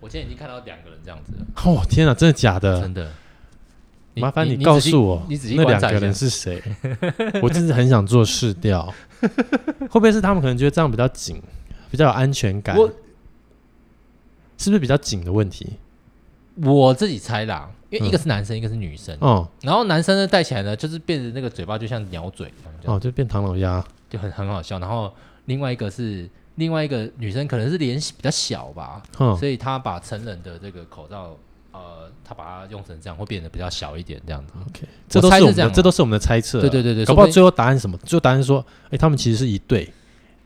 S1: 我现在已经看到两个人这样子了，
S2: 哦，天哪，真的假的？
S1: 真的。
S2: 麻烦
S1: 你
S2: 告
S1: 仔细
S2: 诉我
S1: 你仔细，
S2: 那
S1: 观
S2: 两
S1: 察
S2: 个
S1: 一
S2: 人
S1: 下。
S2: 是谁？ <laughs> 我真的很想做试调，
S1: <laughs>
S2: 会不会是他们可能觉得这样比较紧，比较有安全感？
S1: 我
S2: 是不是比较紧的问题？
S1: 我自己猜啦，因为一
S2: 嗯
S1: 个是男生，一个是女生，
S2: 哦
S1: 然后男生呢戴起来呢，就是变得那个嘴巴就像鸟嘴一样，这样
S2: 哦，就变唐老鸭。
S1: 就很很好笑。然后另外一个是另外一个女生，可能是脸比较小吧，
S2: 哼，
S1: 所以她把成人的这个口罩，呃，她把它用成这样，会变得比较小一点这样子。
S2: 这都
S1: 猜
S2: 是
S1: 是
S2: 我们
S1: 这
S2: 的，
S1: 样吗
S2: 这都是我们的猜测啊。
S1: 对对对对，
S2: 搞不好
S1: 说
S2: 最后答案是什么？最后答案是说，哎、他们其实是一对，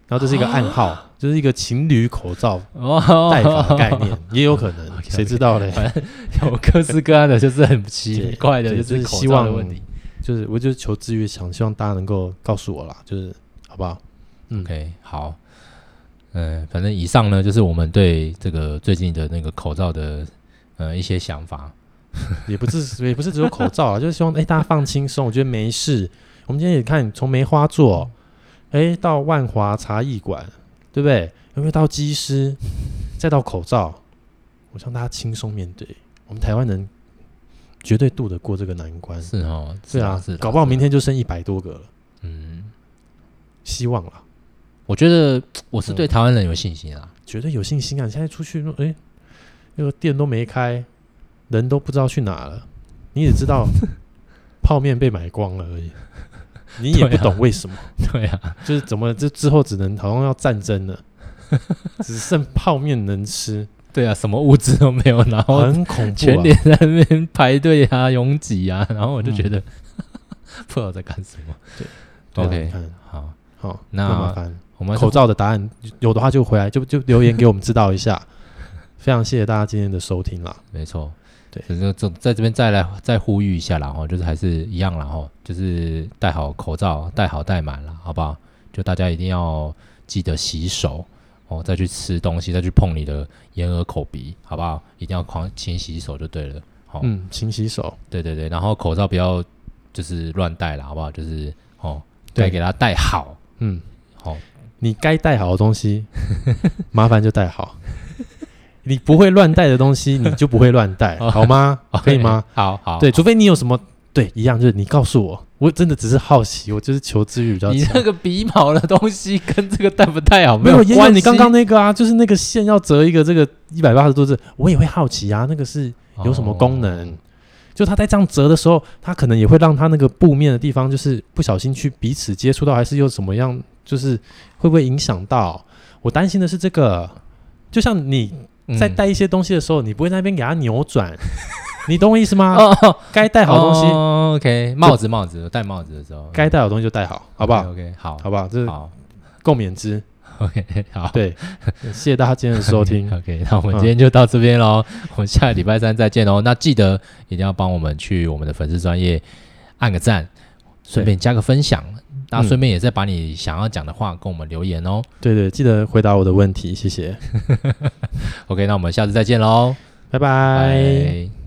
S2: 然后这是一个暗号，就是一个情侣口罩
S1: 不定啊哦
S2: 戴法的概念，也有可能，谁知道嘞？
S1: <laughs> 有各式各样的，就是很奇
S2: 对
S1: 怪的，
S2: <laughs> 对
S1: 就是
S2: 就是
S1: 口
S2: 希
S1: 罩的
S2: 望
S1: 问题。
S2: 就是我就是求知欲强，希望大家能够告诉我啦，就是好不好？嗯
S1: OK，好，嗯、反正以上呢，就是我们对这个最近的那个口罩的呃一些想法。
S2: 也不是也不是只有口罩 <laughs> 啦，就是希望哎、诶大家放轻松，我觉得没事。我们今天也看从梅花座，哎、到万华茶艺馆，对不对？有没有到机师，再到口罩，我让大家轻松面对。我们台湾人绝对渡得过这个难关。
S1: 是哦，
S2: 对啊，
S1: 是啦
S2: 搞不好
S1: 是啦
S2: 明天就剩一百多个了，
S1: 嗯，
S2: 希望啦，
S1: 我觉得我是对
S2: 嗯
S1: 台湾人有信心
S2: <laughs>
S1: 啊。
S2: 绝对有信心啊！你现在出去，哎、那个店都没开，人都不知道去哪了，你只知道
S1: <laughs>
S2: 泡面被买光了而已，你也
S1: 对
S2: 不
S1: 啊
S2: 懂为什么，
S1: 对啊，
S2: 就是怎么这之后只能好像要战争了，只剩泡面能吃，
S1: 对啊，什么物资都没有，然后
S2: 很恐怖、
S1: 哦全
S2: 啊。
S1: 脸在那边排队啊、拥挤啊，然后我就觉得、 <laughs> 不知道在干什么。
S2: 嗯对啊
S1: OK
S2: 你看
S1: 好，
S2: 好，
S1: 那
S2: 麻烦
S1: 我们
S2: 口罩的答案有的话就回来就就留言给我们知道一下。非常谢谢大家今天的收听啦。
S1: 没错，
S2: 对
S1: 所以就总在这边再来再呼吁一下啦，哦，就是还是一样啦，哦，就是戴好口罩，戴好戴满了，好不好？就大家一定要记得洗手哦，再去吃东西，再去碰你的眼耳口鼻，好不好？一定要狂勤洗手就对了，好、
S2: 嗯，勤洗手。
S1: 对对对，然后口罩不要就是乱戴了，好不好？就是哦，
S2: 对
S1: 该给它戴好，
S2: 嗯，
S1: 好、
S2: 你该带好的东西， <laughs> 麻烦就带好。你不会乱带的东西，你就不会乱
S1: <laughs>
S2: 带，
S1: 哦
S2: 好吗？哦可以吗？？
S1: 好好，
S2: 对，除非你有什么对一样，就是你告诉我，我真的只是好奇，我就是求知欲比较
S1: 你
S2: 强
S1: 那。个鼻毛的东西跟这个戴不戴好
S2: 没有，
S1: 有
S2: 也
S1: 关
S2: 有
S1: 系。
S2: 你刚刚那个啊，就是那个线要折一个这个一百八十度这，我也会好奇啊，那个是
S1: 哦
S2: 有什么功能？就它在这样折的时候，它可能也会让它那个布面的地方，就是不小心去彼此接触到，还是有什么样，就是会不会影响到？我担心的是这个，就像你
S1: 嗯
S2: 在带一些东西的时候，你不会在那边给它扭转，你懂我意思吗？
S1: 哦哦，
S2: 该带好东西，
S1: 哦、OK，帽子帽子，戴帽子的时候
S2: 该带好东西就带好，好不好？
S1: ？OK，好，
S2: 好不好？这是
S1: 好
S2: 共勉之。
S1: ，OK，好， <laughs>
S2: 对，谢谢大家今天的收听。嗯
S1: OK，那我们今天就到这边喽，我们下礼拜三再见喽。那记得一定要帮我们去我们的粉丝专业按个赞，顺便加个分享，
S2: 嗯
S1: 那顺便也再把你想要讲的话跟我们留言哦。
S2: 对对，记得回答我的问题，谢谢，
S1: OK，那我们下次再见喽，
S2: 拜拜。
S1: 拜